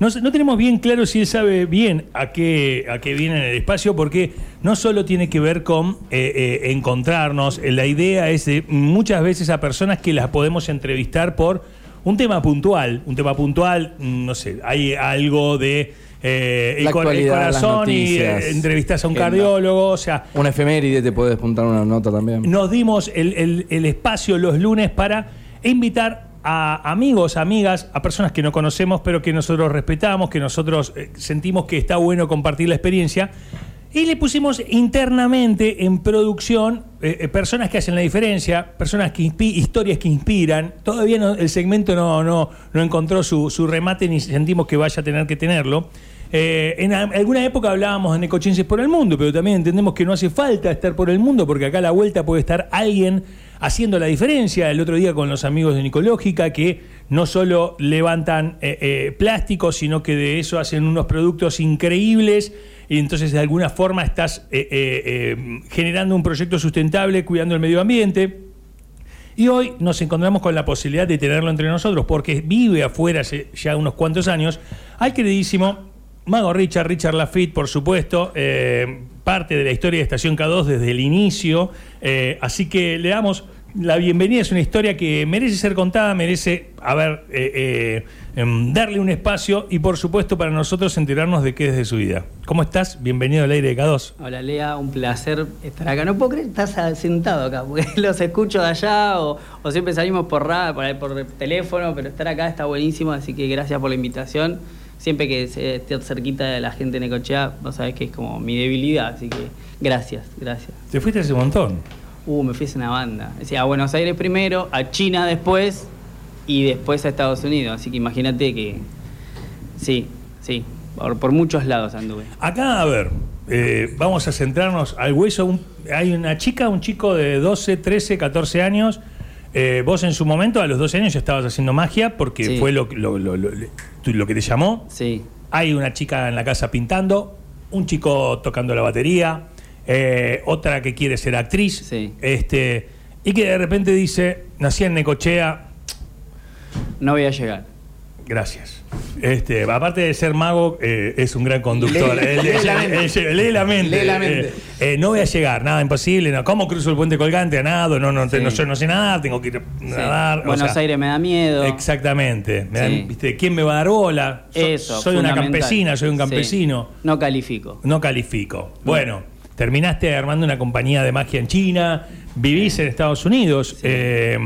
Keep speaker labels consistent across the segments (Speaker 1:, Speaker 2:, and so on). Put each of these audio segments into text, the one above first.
Speaker 1: No, no tenemos bien claro si él sabe bien a qué, a qué viene en el espacio, porque no solo tiene que ver con eh, eh, encontrarnos, eh, la idea es de muchas veces a personas que las podemos entrevistar por un tema puntual, un tema puntual, mm, no sé, hay algo de... eh, el,
Speaker 2: La
Speaker 1: cor- el
Speaker 2: actualidad, las
Speaker 1: corazón y
Speaker 2: noticias.
Speaker 1: eh, entrevistas a un
Speaker 2: Agenda.
Speaker 1: cardiólogo, o sea,
Speaker 2: Una efeméride te puede despuntar una nota también.
Speaker 1: nos dimos el, el- el espacio los lunes para invitar a amigos, amigas, a personas que no conocemos, pero que nosotros respetamos, que nosotros eh, sentimos que está bueno compartir la experiencia. Y le pusimos internamente en producción eh, eh, personas que hacen la diferencia, personas que inspi- historias que inspiran. Todavía no- el segmento no, no, no encontró su, su remate ni sentimos que vaya a tener que tenerlo. Eh, en a- alguna época hablábamos de necochenses por el mundo, pero también entendemos que no hace falta estar por el mundo, porque acá a la vuelta puede estar alguien haciendo la diferencia. El otro día con los amigos de Nicológica, que no solo levantan eh, eh, plástico, sino que de eso hacen unos productos increíbles. Y entonces de alguna forma estás eh, eh, eh, generando un proyecto sustentable, cuidando el medio ambiente. Y hoy nos encontramos con la posibilidad de tenerlo entre nosotros, porque vive afuera hace ya unos cuantos años, al queridísimo Mago Richard, Richard Lafitte, por supuesto, eh, parte de la historia de Estación K2 desde el inicio. eh, así que le damos la bienvenida, es una historia que merece ser contada, merece, a ver, eh, eh, em, darle un espacio y por supuesto para nosotros enterarnos de qué es de su vida. ¿Cómo estás? Bienvenido al aire de K2.
Speaker 3: Hola Lea, un placer estar acá. No puedo creer que estás a- sentado acá, porque los escucho de allá o, o siempre salimos por radio, por, ahí por teléfono, pero estar acá está buenísimo, así que gracias por la invitación. Siempre que se- esté cerquita de la gente en Ecochea, vos sabés que es como mi debilidad, así que gracias, gracias.
Speaker 1: Te fuiste hace un montón.
Speaker 3: Uh, me fui a una banda. O sea, a Buenos Aires primero, a China después y después a Estados Unidos, así que imagínate que sí, sí, por- por muchos lados anduve.
Speaker 1: Acá, a ver, eh, vamos a centrarnos al hueso. Un- hay una chica, un chico de 12, 13, 14 años. Eh, vos en su momento, a los 12 años, ya estabas haciendo magia porque
Speaker 3: Sí.
Speaker 1: fue lo, lo- lo- lo- tú- lo que te llamó.
Speaker 3: Sí.
Speaker 1: Hay una chica en la casa pintando, un chico tocando la batería, eh, otra que quiere ser actriz.
Speaker 3: Sí.
Speaker 1: Este, y que de repente dice, nací en Necochea,
Speaker 3: No voy a llegar.
Speaker 1: Gracias. Este, aparte de ser mago, eh, es un gran conductor.
Speaker 2: Lee-
Speaker 1: Él-
Speaker 2: lee
Speaker 1: él-
Speaker 2: la
Speaker 1: él-
Speaker 2: mente.
Speaker 1: él- lee la mente.
Speaker 2: Lee la mente.
Speaker 1: Eh, eh, no voy a llegar, nada imposible. No. ¿Cómo cruzo el puente colgante? A nado, no, no, te-
Speaker 3: Sí.
Speaker 1: no, yo no sé nadar, tengo que ir a
Speaker 3: Sí.
Speaker 1: nadar. o
Speaker 3: Buenos
Speaker 1: sea,
Speaker 3: Aires me da miedo.
Speaker 1: Exactamente. Me dan-
Speaker 3: Sí.
Speaker 1: ¿viste? ¿Quién me va a dar bola? So-
Speaker 3: Eso.
Speaker 1: soy una
Speaker 3: fundamental.
Speaker 1: campesina, soy un
Speaker 3: Sí.
Speaker 1: campesino.
Speaker 3: No califico.
Speaker 1: No califico. Bueno, terminaste armando una compañía de magia en China, vivís en Estados Unidos. Eh,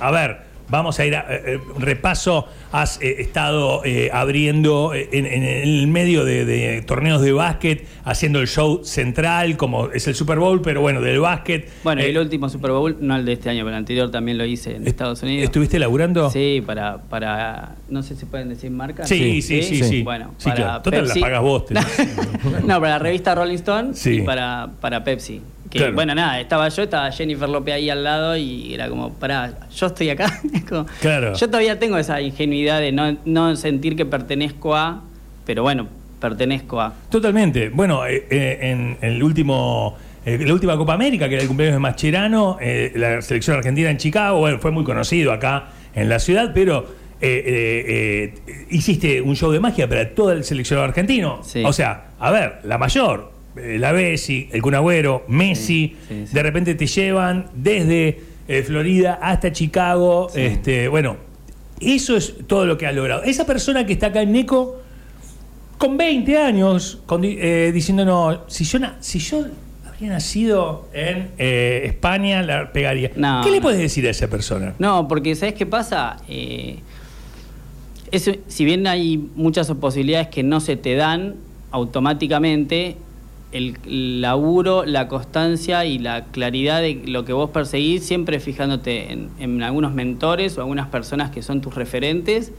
Speaker 1: a ver, vamos a ir a eh, eh, repaso. Has eh, estado eh, abriendo eh, en, en el medio de, de torneos de básquet, haciendo el show central, como es el Super Bowl, pero bueno, del básquet.
Speaker 3: Bueno,
Speaker 1: Eh,
Speaker 3: el último Super Bowl, no el de este año, pero el anterior también lo hice en Estados Unidos.
Speaker 1: ¿Estuviste laburando?
Speaker 3: Sí, para, para. No sé si pueden decir marcas.
Speaker 1: Sí, sí, sí, sí.
Speaker 3: Bueno,
Speaker 1: Sí,
Speaker 3: para
Speaker 1: claro. Total, la
Speaker 3: Pepsi.
Speaker 1: pagas vos, te-
Speaker 3: no, para la revista Rolling Stone
Speaker 1: Sí.
Speaker 3: y para, para Pepsi. Que,
Speaker 1: Claro.
Speaker 3: Bueno, nada, estaba yo, estaba Jennifer López ahí al lado y era como, pará, yo estoy acá. Es como-
Speaker 1: Claro.
Speaker 3: Yo todavía tengo esa ingenuidad de no, no sentir que pertenezco a. Pero bueno, pertenezco a.
Speaker 1: Totalmente. Bueno, eh, eh, en el último, eh, la última Copa América, que era el cumpleaños de Mascherano, eh, la selección argentina en Chicago, bueno, fue muy conocido acá en la ciudad, pero eh, eh, eh, hiciste un show de magia para todo el seleccionado argentino.
Speaker 3: Sí.
Speaker 1: O sea, a ver, la mayor, eh, la Bessi, el Kun Agüero, Messi,
Speaker 3: sí, sí.
Speaker 1: de repente te llevan desde eh, Florida hasta Chicago. Este, bueno, eso es todo lo que has logrado. Esa persona que está acá en Neco con 20 años, con di- eh, diciéndonos, si yo, na- si yo habría nacido en eh, España, la pegaría.
Speaker 3: No,
Speaker 1: ¿Qué le
Speaker 3: no.
Speaker 1: puedes decir a esa persona?
Speaker 3: No, porque ¿sabes qué pasa? Eh, es- si bien hay muchas posibilidades que no se te dan automáticamente, el laburo, la constancia y la claridad de lo que vos perseguís, siempre fijándote en, en algunos mentores o algunas personas que son tus referentes,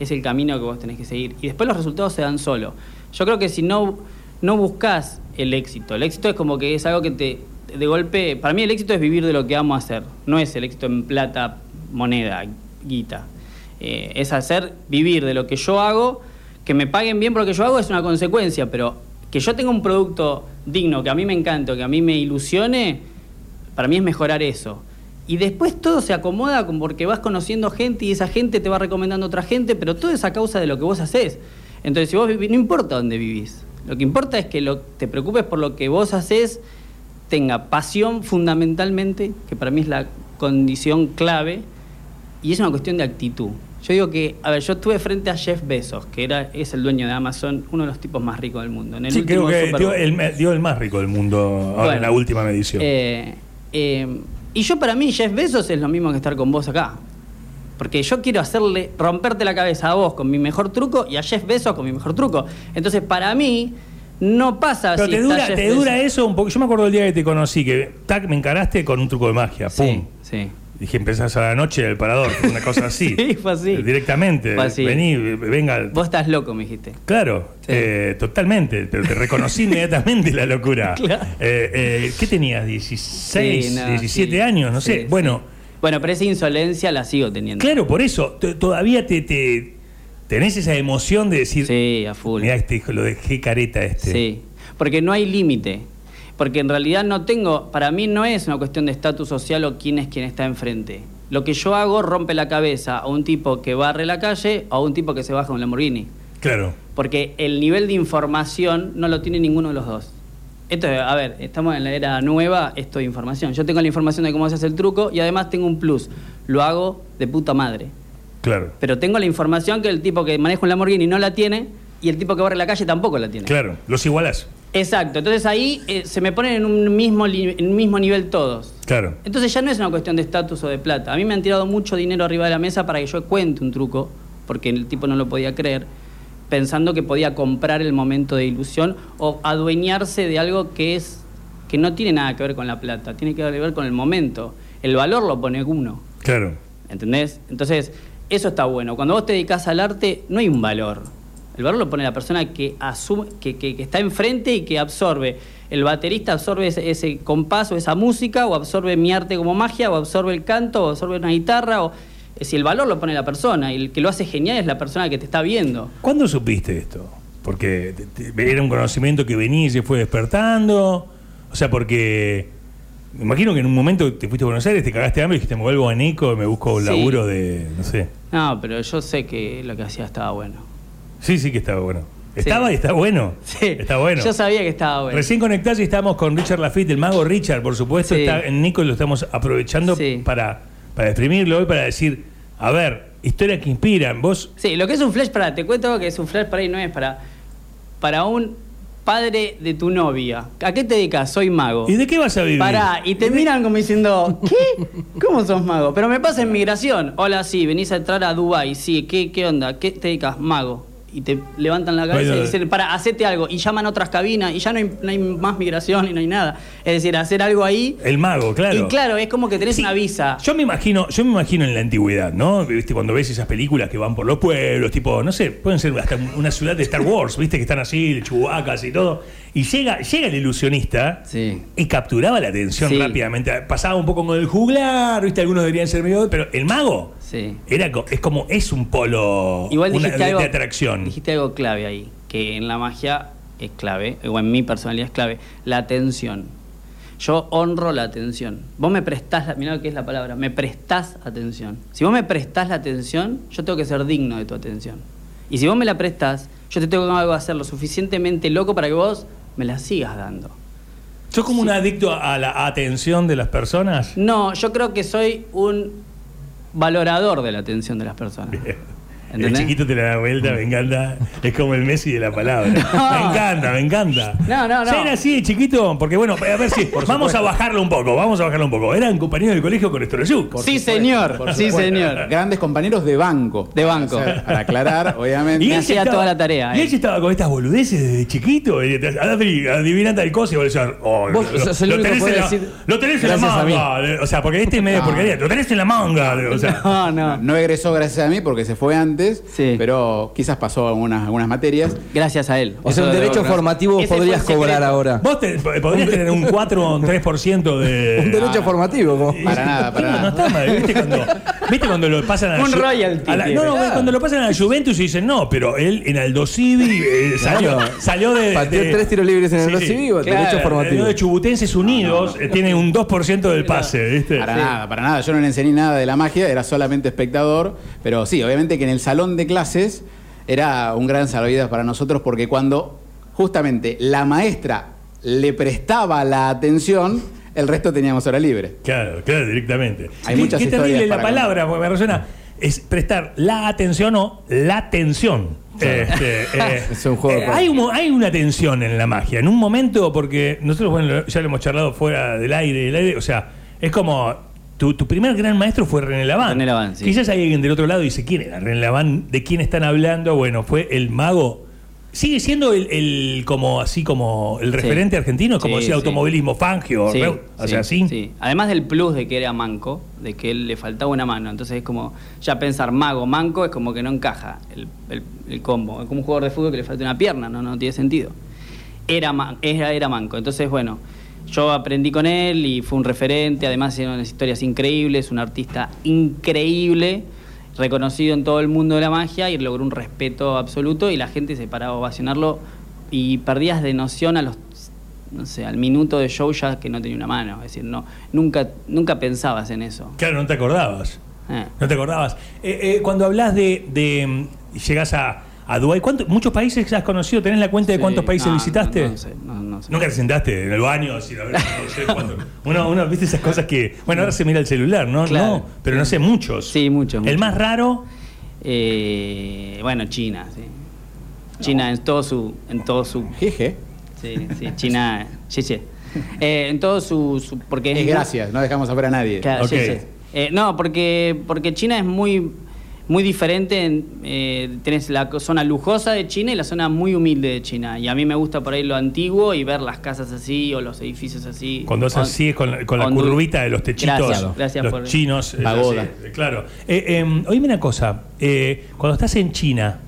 Speaker 3: es el camino que vos tenés que seguir. Y después los resultados se dan solo. Yo creo que si no, no buscas el éxito, el éxito es como que es algo que te, de golpe, para mí el éxito es vivir de lo que amo hacer, no es el éxito en plata, moneda, guita. Eh, es hacer vivir de lo que yo hago, que me paguen bien por lo que yo hago es una consecuencia, pero que yo tenga un producto digno, que a mí me encante, que a mí me ilusione, para mí es mejorar eso. Y después todo se acomoda con- porque vas conociendo gente y esa gente te va recomendando otra gente, pero todo es a causa de lo que vos haces. Entonces, si vos vivís, no importa dónde vivís. Lo que importa es que lo- te preocupes por lo que vos haces, tenga pasión fundamentalmente, que para mí es la condición clave, y es una cuestión de actitud. Yo digo que, a ver, yo estuve frente a Jeff Bezos, que era, es el dueño de Amazon, uno de los tipos más ricos del mundo. En el
Speaker 1: Sí, creo
Speaker 3: último
Speaker 1: que
Speaker 3: Super
Speaker 1: dio
Speaker 3: Bowl.
Speaker 1: el, me- dio el más rico del mundo ahora
Speaker 3: Bueno.
Speaker 1: en la última medición.
Speaker 3: Eh, eh, y yo para mí Jeff Bezos es lo mismo que estar con vos acá. Porque yo quiero hacerle romperte la cabeza a vos con mi mejor truco y a Jeff Bezos con mi mejor truco. Entonces para mí no pasa
Speaker 1: Pero
Speaker 3: si
Speaker 1: te
Speaker 3: está
Speaker 1: dura,
Speaker 3: Jeff
Speaker 1: te dura
Speaker 3: Bezos.
Speaker 1: eso un poco. Yo me acuerdo el día que te conocí, que tac, me encaraste con un truco de magia.
Speaker 3: Sí,
Speaker 1: ¡Pum!
Speaker 3: sí.
Speaker 1: Dije, empezás a la noche el parador, fue una cosa así.
Speaker 3: Sí, fue así.
Speaker 1: Directamente.
Speaker 3: Fue así.
Speaker 1: Vení, venga.
Speaker 3: Vos estás loco, me dijiste.
Speaker 1: Claro,
Speaker 3: Sí.
Speaker 1: eh, totalmente, pero te reconocí inmediatamente la locura.
Speaker 3: Claro.
Speaker 1: Eh, eh, ¿Qué tenías? ¿16,
Speaker 3: Sí, no,
Speaker 1: 17
Speaker 3: sí.
Speaker 1: años? No sé.
Speaker 3: Sí,
Speaker 1: bueno,
Speaker 3: sí. Bueno, pero esa insolencia la sigo teniendo.
Speaker 1: claro, por eso t- todavía te, te- tenés esa emoción de decir,
Speaker 3: Sí, a full.
Speaker 1: mirá, este hijo, lo dejé careta este.
Speaker 3: Sí, porque no hay límite. Porque en realidad no tengo, para mí no es una cuestión de estatus social o quién es quien está enfrente. Lo que yo hago rompe la cabeza a un tipo que barre la calle o a un tipo que se baja un Lamborghini.
Speaker 1: Claro.
Speaker 3: Porque el nivel de información no lo tiene ninguno de los dos. Esto, es- a ver, estamos en la era nueva, esto de información. Yo tengo la información de cómo se hace el truco y además tengo un plus. Lo hago de puta madre.
Speaker 1: Claro,
Speaker 3: Pero tengo la información que el tipo que maneja un Lamborghini no la tiene y el tipo que barre la calle tampoco la tiene.
Speaker 1: claro, los igualás.
Speaker 3: Exacto, entonces ahí eh, se me ponen en un mismo, li- en un mismo nivel todos.
Speaker 1: Claro.
Speaker 3: Entonces ya no es una cuestión de estatus o de plata. A mí me han tirado mucho dinero arriba de la mesa para que yo cuente un truco, porque el tipo no lo podía creer, pensando que podía comprar el momento de ilusión o adueñarse de algo que es que no tiene nada que ver con la plata, tiene que ver con el momento. El valor lo pone uno.
Speaker 1: Claro,
Speaker 3: ¿Entendés? Entonces, eso está bueno. Cuando vos te dedicás al arte, no hay un valor. El valor lo pone la persona que, asume, que, que- que está enfrente y que absorbe. El baterista absorbe ese, ese compás o esa música, o absorbe mi arte como magia, o absorbe el canto, o absorbe una guitarra. O... Es decir, el valor lo pone la persona. Y el que lo hace genial es la persona que te está viendo.
Speaker 1: ¿Cuándo supiste esto? Porque te- te- era un conocimiento que venía y se fue despertando. O sea, porque me imagino que en un momento te fuiste a Buenos Aires, te cagaste de hambre y dijiste, me vuelvo a Nico, me busco un
Speaker 3: Sí.
Speaker 1: laburo de, no sé.
Speaker 3: No, pero yo sé que lo que hacía estaba bueno.
Speaker 1: Sí, sí que estaba bueno.
Speaker 3: Sí.
Speaker 1: Estaba y está bueno.
Speaker 3: Sí.
Speaker 1: Está bueno.
Speaker 3: Yo sabía que estaba bueno.
Speaker 1: Recién conectás y estamos con Richard Lafitte, el mago Richard, por supuesto,
Speaker 3: Sí.
Speaker 1: está en Nico y lo estamos aprovechando
Speaker 3: Sí.
Speaker 1: para, para exprimirlo hoy, para decir, a ver, historias que inspiran, vos...
Speaker 3: Sí, lo que es un flash para, te cuento que es un flash para ahí, no es para. Para un padre de tu novia. ¿A qué te dedicas? Soy mago.
Speaker 1: ¿Y de qué vas a vivir?
Speaker 3: Pará, y te miran como diciendo, ¿qué? ¿Cómo sos mago? Pero me pasa en migración. Hola, sí, venís a entrar a Dubai, sí, ¿qué, qué onda? ¿Qué te dedicas? Mago. Y te levantan la cabeza
Speaker 1: Bueno,
Speaker 3: y dicen, para, hacete algo. Y llaman a otras cabinas y ya no hay, no hay más migración y no hay nada. Es decir, hacer algo ahí.
Speaker 1: El mago, Eh, claro.
Speaker 3: Y claro, es como que tenés
Speaker 1: Sí.
Speaker 3: una visa.
Speaker 1: Yo me imagino, yo me imagino en la antigüedad, ¿no? Viste, cuando ves esas películas que van por los pueblos, tipo, no sé, pueden ser hasta una ciudad de Star Wars, viste, que están así, de chubacas y todo. Y llega, llega el ilusionista
Speaker 3: Sí.
Speaker 1: y capturaba la atención
Speaker 3: Sí.
Speaker 1: rápidamente. Pasaba un poco con el juglar, viste, algunos deberían ser medio, pero el mago
Speaker 3: Sí.
Speaker 1: era co- es como, es un polo
Speaker 3: Igual
Speaker 1: una-
Speaker 3: dijiste
Speaker 1: de,
Speaker 3: algo,
Speaker 1: de atracción.
Speaker 3: Dijiste algo clave ahí, que en la magia es clave, o en mi personalidad es clave, la atención. Yo honro la atención. Vos me prestás, la, mirá lo que es la palabra, me prestás atención. Si vos me prestás la atención, yo tengo que ser digno de tu atención. Y si vos me la prestás, yo te tengo que hacer lo suficientemente loco para que vos me la sigas dando.
Speaker 1: ¿Sos como un adicto a la atención de las personas?
Speaker 3: No, yo creo que soy un valorador de la atención de las personas.
Speaker 1: El
Speaker 3: ¿Entendés?
Speaker 1: chiquito te la da vuelta, me encanta. Es como el Messi de la palabra. Me encanta, me encanta.
Speaker 3: No, no, no.
Speaker 1: Ya era así de chiquito, porque bueno, a ver si. vamos a bajarlo un poco, vamos a bajarlo un poco. Eran compañeros del colegio con Estrellú.
Speaker 3: Sí,
Speaker 4: supuesto,
Speaker 3: señor.
Speaker 4: por
Speaker 3: Sí,
Speaker 4: supuesto.
Speaker 3: señor.
Speaker 4: Grandes compañeros de banco.
Speaker 3: De banco.
Speaker 4: para aclarar, obviamente.
Speaker 3: Y Me él- hacía toda la tarea,
Speaker 1: Y
Speaker 3: eh.
Speaker 1: él estaba con estas boludeces desde chiquito. y te- Adri, adivina tal cosa y vos decías, oh,
Speaker 2: Vos
Speaker 1: lo,
Speaker 2: sos el
Speaker 1: lo
Speaker 2: único
Speaker 1: tenés
Speaker 2: que
Speaker 1: en
Speaker 2: puede
Speaker 1: la,
Speaker 2: decir,
Speaker 1: lo tenés en la
Speaker 2: "Gracias a
Speaker 1: manga. O sea, porque este es medio
Speaker 4: No.
Speaker 1: porquería. Lo tenés en la manga. O sea.
Speaker 3: No, no.
Speaker 4: No, no egresó gracias a mí porque se fue antes,
Speaker 3: Sí.
Speaker 4: pero quizás pasó algunas, algunas materias.
Speaker 3: Gracias a él.
Speaker 2: O sea,
Speaker 3: Eso
Speaker 2: un
Speaker 3: lo
Speaker 2: derecho
Speaker 3: debo reconocer.
Speaker 2: formativo
Speaker 3: Ese fue
Speaker 2: podrías
Speaker 3: el secreto.
Speaker 2: cobrar ahora.
Speaker 1: Vos te- podrías tener un 4 o un 3% de.
Speaker 2: Un derecho formativo, como.
Speaker 1: Y-
Speaker 4: Para nada, para
Speaker 1: no,
Speaker 4: nada.
Speaker 1: No está mal, ¿viste cuando, ¿viste cuando lo pasan a la
Speaker 3: Un
Speaker 1: Ju-
Speaker 3: royalty
Speaker 1: a la-
Speaker 3: tiene.
Speaker 1: no, no, cuando lo pasan a la Juventus y dicen, no, pero él en Aldo Civi eh, salió,
Speaker 2: Claro.
Speaker 1: salió de.
Speaker 2: Pateó
Speaker 1: de-
Speaker 2: tres tiros libres en Aldo Civi, o derecho formativo.
Speaker 1: salió de Chubutenses Unidos eh, tiene un 2% del pase, ¿viste?
Speaker 4: Para nada, para nada. Yo no le enseñé nada de la magia, era solamente espectador. Pero sí, obviamente que en el salón de clases era un gran salvavidas para nosotros porque cuando justamente la maestra le prestaba la atención, el resto teníamos hora libre.
Speaker 1: Claro, claro, directamente.
Speaker 4: Hay
Speaker 1: Qué-
Speaker 4: muchas
Speaker 1: qué
Speaker 4: historias
Speaker 1: terrible la
Speaker 4: para contar.
Speaker 1: palabra, porque me resuena. Es prestar la atención o la atención. Este, eh,
Speaker 2: Es un juego de
Speaker 1: eh,
Speaker 2: palabras.
Speaker 1: hay, un mo- hay una tensión en la magia. En un momento, porque nosotros bueno, ya lo hemos charlado fuera del aire, del aire, o sea, es como. Tu, tu primer gran maestro fue René Laván.
Speaker 3: René Laván, sí.
Speaker 1: Quizás hay alguien del otro lado y dice: ¿Quién era René Laván? ¿De quién están hablando? Bueno, fue el mago. Sigue siendo el, el como así como el referente argentino, como
Speaker 3: Sí,
Speaker 1: decía
Speaker 3: sí.
Speaker 1: automovilismo Fangio,
Speaker 3: Sí,
Speaker 1: Reu- o sea,
Speaker 3: sí,
Speaker 1: sí.
Speaker 3: sí. Además del plus de que era manco, de que él le faltaba una mano. Entonces es como, ya pensar mago, manco, es como que no encaja el, el- el combo. Es como un jugador de fútbol que le falta una pierna, no, no tiene sentido. Era, ma- era, era manco. Entonces, bueno, yo aprendí con él y fue un referente. Además, hicieron unas historias increíbles, un artista increíble reconocido en todo el mundo de la magia y logró un respeto absoluto y la gente se paraba a ovacionarlo y perdías de noción a los no sé, al minuto de show ya que no tenía una mano. Es decir, no, nunca, nunca pensabas en eso.
Speaker 1: Claro, no te acordabas.
Speaker 3: Eh.
Speaker 1: No te acordabas. Eh, eh, cuando hablas de, de, mm, llegas a, a Dubái, ¿cuánto- ¿muchos países has conocido? ¿Tenés la cuenta de cuántos
Speaker 3: Sí,
Speaker 1: países
Speaker 3: no,
Speaker 1: visitaste?
Speaker 3: No, no sé, no, no sé.
Speaker 1: Nunca te sentaste en el baño, así, la verdad, no sé cuánto. uno, uno, viste esas cosas que. Bueno, ahora se mira el celular, ¿no?
Speaker 3: Claro.
Speaker 1: No, pero no sé, muchos.
Speaker 3: Sí, muchos,
Speaker 1: El
Speaker 3: muchos.
Speaker 1: más raro,
Speaker 3: Eh, bueno, China, sí. China en todo su. En todo su
Speaker 4: Jeje.
Speaker 3: sí, sí, China. sí, sí. Eh, en todo su. su- porque
Speaker 4: Es gracias, no dejamos afuera a nadie.
Speaker 3: Claro, sí,
Speaker 1: Ok.
Speaker 3: sí. Eh, no, porque, porque China es muy, muy diferente. en, eh, tenés la co- zona lujosa de China y la zona muy humilde de China. Y a mí me gusta por ahí lo antiguo y ver las casas así o los edificios así.
Speaker 1: cuando haces
Speaker 3: Hon-
Speaker 1: así con, la- con la
Speaker 3: hondu-
Speaker 1: curvita de los techitos,
Speaker 3: Gracias, gracias
Speaker 1: los
Speaker 3: por-
Speaker 1: chinos, es
Speaker 4: Pagoda.
Speaker 1: así, claro. Eh, eh, oíme una cosa, eh, cuando estás en China,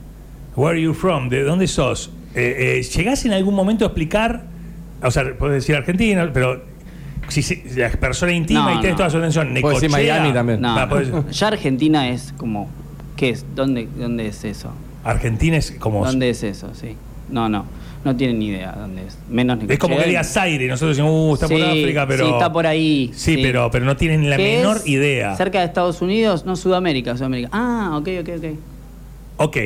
Speaker 1: where are you from, de dónde sos, eh, eh, ¿llegás en algún momento a explicar, o sea, puedes decir Argentina, pero si, si- la persona intima
Speaker 3: No,
Speaker 1: y tenés
Speaker 3: no.
Speaker 1: toda su atención,
Speaker 2: Podés decir
Speaker 1: Necochea.
Speaker 2: Miami también.
Speaker 3: No,
Speaker 1: Ah,
Speaker 3: no.
Speaker 1: podés-
Speaker 3: ya Argentina es como. ¿Qué es? ¿Dónde, dónde es eso?
Speaker 1: Argentina es como...
Speaker 3: ¿Dónde es eso? Sí. No, no. No tienen ni idea dónde es. Menos
Speaker 1: Es como que
Speaker 3: Necochea.
Speaker 1: digas aire, nosotros decimos, uh, está por
Speaker 3: Sí,
Speaker 1: África, pero...
Speaker 3: sí, está por ahí,
Speaker 1: Sí,
Speaker 3: sí.
Speaker 1: Pero, pero no tienen la
Speaker 3: ¿Qué
Speaker 1: menor
Speaker 3: es?
Speaker 1: idea.
Speaker 3: Cerca de Estados Unidos, no Sudamérica, Sudamérica. Ah, ok, ok, ok.
Speaker 1: Ok,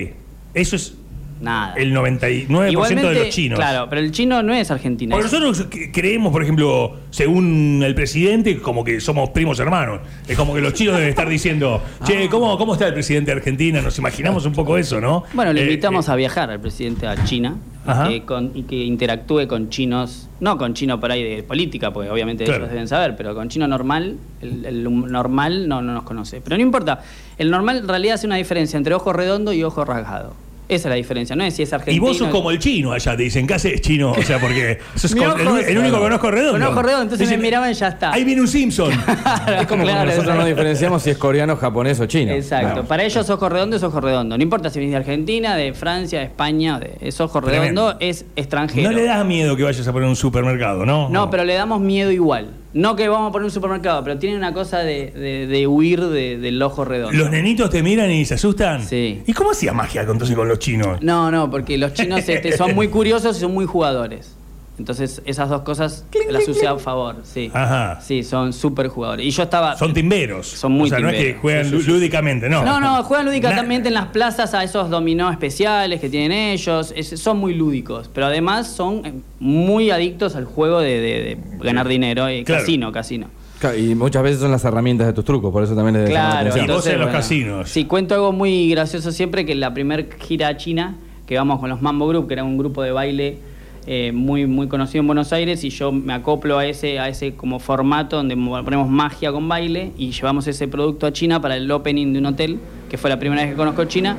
Speaker 1: eso es
Speaker 3: Nada.
Speaker 1: el 99% de los chinos.
Speaker 3: Claro, pero el chino no es argentino.
Speaker 1: Porque nosotros cre- creemos, por ejemplo, según el presidente, como que somos primos hermanos. Es como que los chinos deben estar diciendo,
Speaker 3: Ah.
Speaker 1: che, ¿cómo, ¿cómo está el presidente de Argentina? Nos imaginamos un poco eso, ¿no?
Speaker 3: Bueno, le
Speaker 1: Eh,
Speaker 3: invitamos
Speaker 1: eh,
Speaker 3: a viajar al presidente a China
Speaker 1: Ajá.
Speaker 3: que con- y que interactúe con chinos, no con chino por ahí de política, porque obviamente
Speaker 1: Claro.
Speaker 3: ellos deben saber, pero con chino normal, el, el normal no, no nos conoce. Pero no importa, el normal en realidad hace una diferencia entre ojo redondo y ojo rasgado. Esa es la diferencia, no es si es argentino.
Speaker 1: Y vos sos como el chino allá, te dicen, ¿qué haces chino? O sea, porque sos
Speaker 3: Mi
Speaker 1: con-
Speaker 3: ojo
Speaker 1: el,
Speaker 3: es-
Speaker 1: el único que conozco redondo.
Speaker 3: Con ojo redondo, entonces
Speaker 1: Dicen,
Speaker 3: me miraban y ya está.
Speaker 1: Ahí viene un Simpson.
Speaker 2: Es como
Speaker 3: Claro,
Speaker 2: cuando nosotros no diferenciamos si es coreano, japonés o chino.
Speaker 3: Exacto.
Speaker 2: Claro.
Speaker 3: Para ellos ojo redondo es ojo redondo. No importa si venís de Argentina, de Francia, de España, de, es ojo
Speaker 1: Tremendo.
Speaker 3: redondo, es extranjero.
Speaker 1: no le das miedo que vayas a poner un supermercado, ¿no?
Speaker 3: No, pero le damos miedo igual. No que vamos a poner un supermercado, pero tienen una cosa de, de- de huir de- del ojo redondo.
Speaker 1: ¿Los nenitos te miran y se asustan?
Speaker 3: Sí.
Speaker 1: ¿Y cómo hacía magia entonces con los chinos?
Speaker 3: No, no, porque los chinos este, son muy curiosos y son muy jugadores. Entonces esas dos cosas las usé a favor, sí.
Speaker 1: Ajá.
Speaker 3: Sí, son súper jugadores. Y yo estaba...
Speaker 1: Son timberos.
Speaker 3: Son muy
Speaker 1: O sea, no es que
Speaker 3: timberos.
Speaker 1: juegan
Speaker 3: Sí, sí,
Speaker 1: lú-
Speaker 3: sí.
Speaker 1: lúdicamente, ¿no?
Speaker 3: No, no, juegan lúdicamente en
Speaker 1: Na-
Speaker 3: las plazas a esos dominó especiales que tienen ellos. Es- son muy lúdicos, pero además son eh, muy adictos al juego de, de- de ganar dinero. eh,
Speaker 1: Claro.
Speaker 3: Casino, casino.
Speaker 2: Claro, Y muchas veces son las herramientas de tus trucos, por eso también les llama la
Speaker 3: Claro.
Speaker 2: atención.
Speaker 1: Y vos en los casinos.
Speaker 3: Sí, cuento algo muy gracioso siempre, que la primer gira a China, que vamos con los Mambo Group, que era un grupo de baile eh, muy, muy conocido en Buenos Aires, y yo me acoplo a ese, a ese como formato donde mo- ponemos magia con baile y llevamos ese producto a China para el opening de un hotel, que fue la primera vez que conozco China.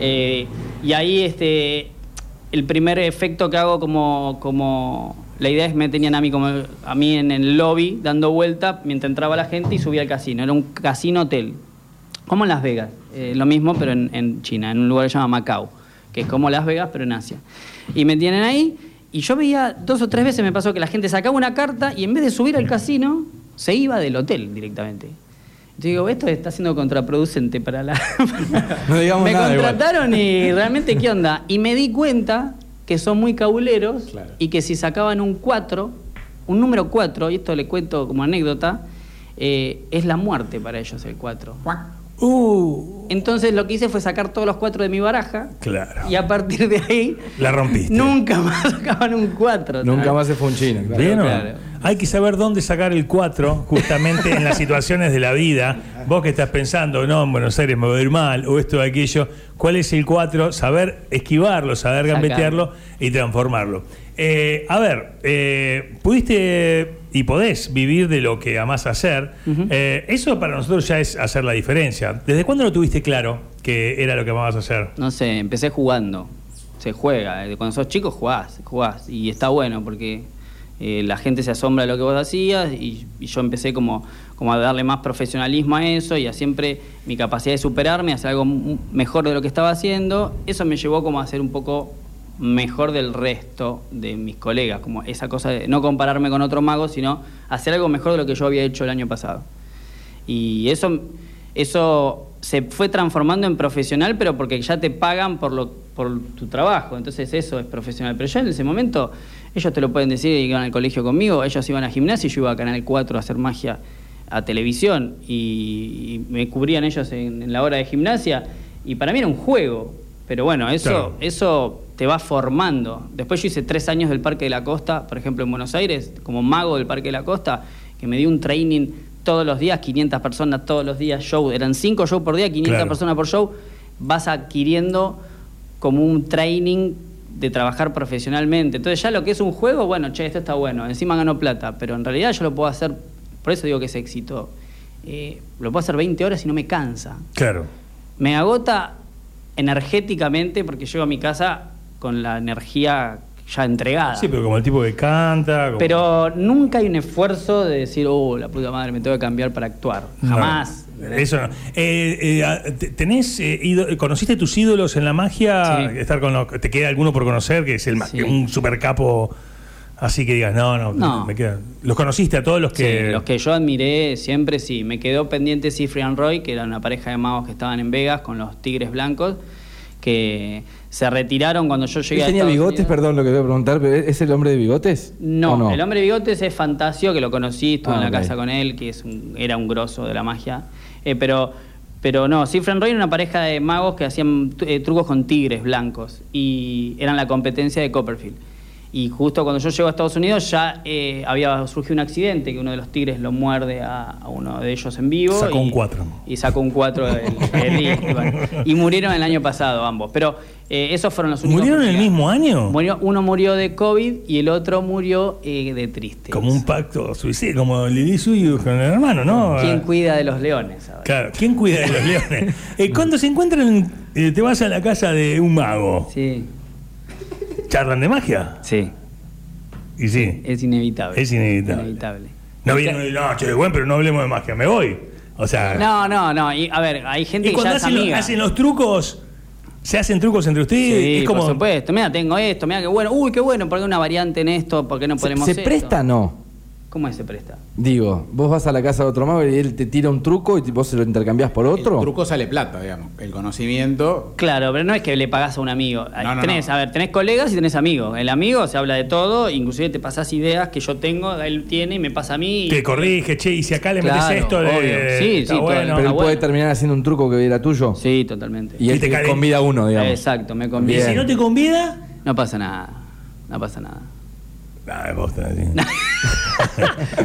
Speaker 3: Eh, y ahí este el primer efecto que hago como, como la idea es me tenían a mí como a mí en el lobby dando vuelta mientras entraba la gente y subía al casino. Era un casino hotel. Como en Las Vegas, eh, lo mismo pero en, en China, en un lugar que se llama Macao, que es como Las Vegas pero en Asia. Y me tienen ahí y yo veía dos o tres veces me pasó que la gente sacaba una carta y en vez de subir al casino se iba del hotel directamente. Yo digo, esto está siendo contraproducente para la...
Speaker 2: No digamos
Speaker 3: me
Speaker 2: nada igual.
Speaker 3: contrataron y realmente qué onda. Y me di cuenta que son muy cabuleros
Speaker 4: Claro.
Speaker 3: y que si sacaban un 4, un número 4, y esto le cuento como anécdota, eh, es la muerte para ellos el 4.
Speaker 1: Uh,
Speaker 3: Entonces lo que hice fue sacar todos los cuatro de mi baraja
Speaker 1: claro.
Speaker 3: y a partir de ahí
Speaker 1: La rompiste.
Speaker 3: nunca más sacaban un cuatro.
Speaker 2: Nunca
Speaker 3: ¿sabes?
Speaker 2: más se fue un chino. claro.
Speaker 1: ¿Vieron?
Speaker 3: claro.
Speaker 1: Hay que saber dónde sacar el 4 justamente en las situaciones de la vida. Vos que estás pensando, no, en Buenos Aires me va a ir mal, o esto o aquello. ¿Cuál es el 4? Saber esquivarlo, saber
Speaker 3: Sacarlo.
Speaker 1: gambetearlo y transformarlo. Eh, a ver, eh, pudiste y podés vivir de lo que amás hacer. Eh, eso para nosotros ya es hacer la diferencia. ¿Desde cuándo lo tuviste claro que era lo que amabas hacer?
Speaker 3: No sé, empecé jugando. Se juega. eh, Cuando sos chico jugás, jugás. Y está bueno porque eh, la gente se asombra de lo que vos hacías y, y yo empecé como, como a darle más profesionalismo a eso y a siempre mi capacidad de superarme, hacer algo m- mejor de lo que estaba haciendo. Eso me llevó como a ser un poco mejor del resto de mis colegas, como esa cosa de no compararme con otro mago, sino hacer algo mejor de lo que yo había hecho el año pasado. Y eso, eso se fue transformando en profesional, pero porque ya te pagan por, lo, por tu trabajo. Entonces eso es profesional. Pero ya en ese momento, ellos te lo pueden decir, iban al colegio conmigo, ellos iban a gimnasia y yo iba a Canal 4 a hacer magia a televisión. Y, y me cubrían ellos en, en la hora de gimnasia. Y para mí era un juego. Pero bueno, eso,
Speaker 1: Claro.
Speaker 3: eso te va formando. Después yo hice tres años del Parque de la Costa, por ejemplo, en Buenos Aires, como mago del Parque de la Costa, que me dio un training todos los días, 500 personas todos los días, show. Eran cinco shows por día, 500
Speaker 1: Claro.
Speaker 3: personas por show. Vas adquiriendo como un training de trabajar profesionalmente. Entonces ya lo que es un juego, bueno, che, esto está bueno, encima gano plata, pero en realidad yo lo puedo hacer, por eso digo que es éxito, Eh, lo puedo hacer 20 horas y no me cansa
Speaker 1: Claro.
Speaker 3: me agota energéticamente porque llego a mi casa con la energía ya entregada.
Speaker 1: Sí, pero como el tipo que canta. como-
Speaker 3: Pero nunca hay un esfuerzo de decir, oh, la puta madre, me tengo que cambiar para actuar. Jamás.
Speaker 1: No, eso no. Eh, eh, ah, te- ¿Tenés eh, ido- conociste tus ídolos en la magia?
Speaker 3: Sí.
Speaker 1: Estar con los- ¿Te queda alguno por conocer que es el ma-
Speaker 3: Sí.
Speaker 1: un super capo así que digas, no, no,
Speaker 3: No.
Speaker 1: me quedan. ¿Los conociste a todos los que,
Speaker 3: Sí, los que yo admiré siempre sí. Me quedó pendiente Cifre and Roy, que era una pareja de magos que estaban en Vegas con los Tigres Blancos, que se retiraron cuando yo llegué
Speaker 2: ¿Él
Speaker 3: a
Speaker 2: tenía
Speaker 3: Estados
Speaker 2: bigotes?
Speaker 3: Unidos.
Speaker 2: Perdón, lo que voy a preguntar, pero ¿es el hombre de bigotes?
Speaker 3: No,
Speaker 2: ¿O
Speaker 3: el hombre bigotes es Fantasio, que lo conocí, estuve
Speaker 2: Ah,
Speaker 3: en la
Speaker 2: ok.
Speaker 3: casa con él, que es un- era un grosso de la magia. Eh, pero, pero no, Cifra and Roy era una pareja de magos que hacían tu- eh, trucos con tigres blancos y eran la competencia de Copperfield. Y justo cuando yo llego a Estados Unidos ya eh, había surgido un accidente que uno de los tigres lo muerde a, a uno de ellos en vivo.
Speaker 1: Sacó
Speaker 3: y-
Speaker 1: un cuatro.
Speaker 3: Y sacó un 4 y murieron el año pasado ambos. Pero eh, esos fueron los únicos.
Speaker 1: murieron
Speaker 3: que
Speaker 1: en el
Speaker 3: llegaron.
Speaker 1: mismo año?
Speaker 3: Murió- uno murió de COVID y el otro murió eh, de triste.
Speaker 1: Como un pacto suicida, como Lili Suyu con el hermano, ¿no?
Speaker 3: ¿Quién cuida de los leones? ahora?
Speaker 1: Claro, ¿quién cuida de los leones? Eh, cuando se encuentran, eh, te vas a la casa de un mago,
Speaker 3: Sí,
Speaker 1: charlan de magia.
Speaker 3: sí,
Speaker 1: Y sí,
Speaker 3: es inevitable.
Speaker 1: Es inevitable. no viene uno y no, che, bueno, pero no hablemos de magia, me voy. O sea,
Speaker 3: No, no, no. y, a ver, hay gente
Speaker 1: Y
Speaker 3: que
Speaker 1: cuando
Speaker 3: ya es
Speaker 1: hacen, lo-
Speaker 3: amiga.
Speaker 1: hacen los trucos, se hacen trucos entre ustedes.
Speaker 3: Sí,
Speaker 1: es como,
Speaker 3: por supuesto. Mira, tengo esto, mira qué bueno. Uy, qué bueno, porque una variante en esto, porque no
Speaker 2: ¿Se,
Speaker 3: ponemos
Speaker 2: se
Speaker 3: esto?
Speaker 2: presta no?
Speaker 3: ¿Cómo es se presta?
Speaker 2: Digo, vos vas a la casa de otro mago y él te tira un truco y vos se lo intercambiás por otro.
Speaker 4: El truco sale plata, digamos. El conocimiento.
Speaker 3: Claro, pero no es que le pagás a un amigo.
Speaker 4: No, no,
Speaker 3: tenés,
Speaker 4: no.
Speaker 3: a ver, tenés colegas y tenés amigos. El amigo se habla de todo, inclusive te pasás ideas que yo tengo, él tiene y me pasa a mí. y-
Speaker 1: te corrige, che, y si acá le
Speaker 3: Claro,
Speaker 1: metes esto de.
Speaker 3: obvio. Sí,
Speaker 1: está
Speaker 3: sí, todo-
Speaker 1: bueno.
Speaker 2: pero él
Speaker 3: Ah,
Speaker 2: puede
Speaker 3: bueno.
Speaker 2: terminar haciendo un truco que era tuyo.
Speaker 3: Sí, totalmente.
Speaker 2: Y
Speaker 1: Y
Speaker 2: él
Speaker 1: te
Speaker 2: te
Speaker 1: cae-
Speaker 2: convida a uno, digamos.
Speaker 3: Exacto, me
Speaker 1: Y
Speaker 3: conviene.
Speaker 1: si no te convida.
Speaker 3: No pasa nada, no pasa nada.
Speaker 2: Ah,
Speaker 1: Nah, vos tenés-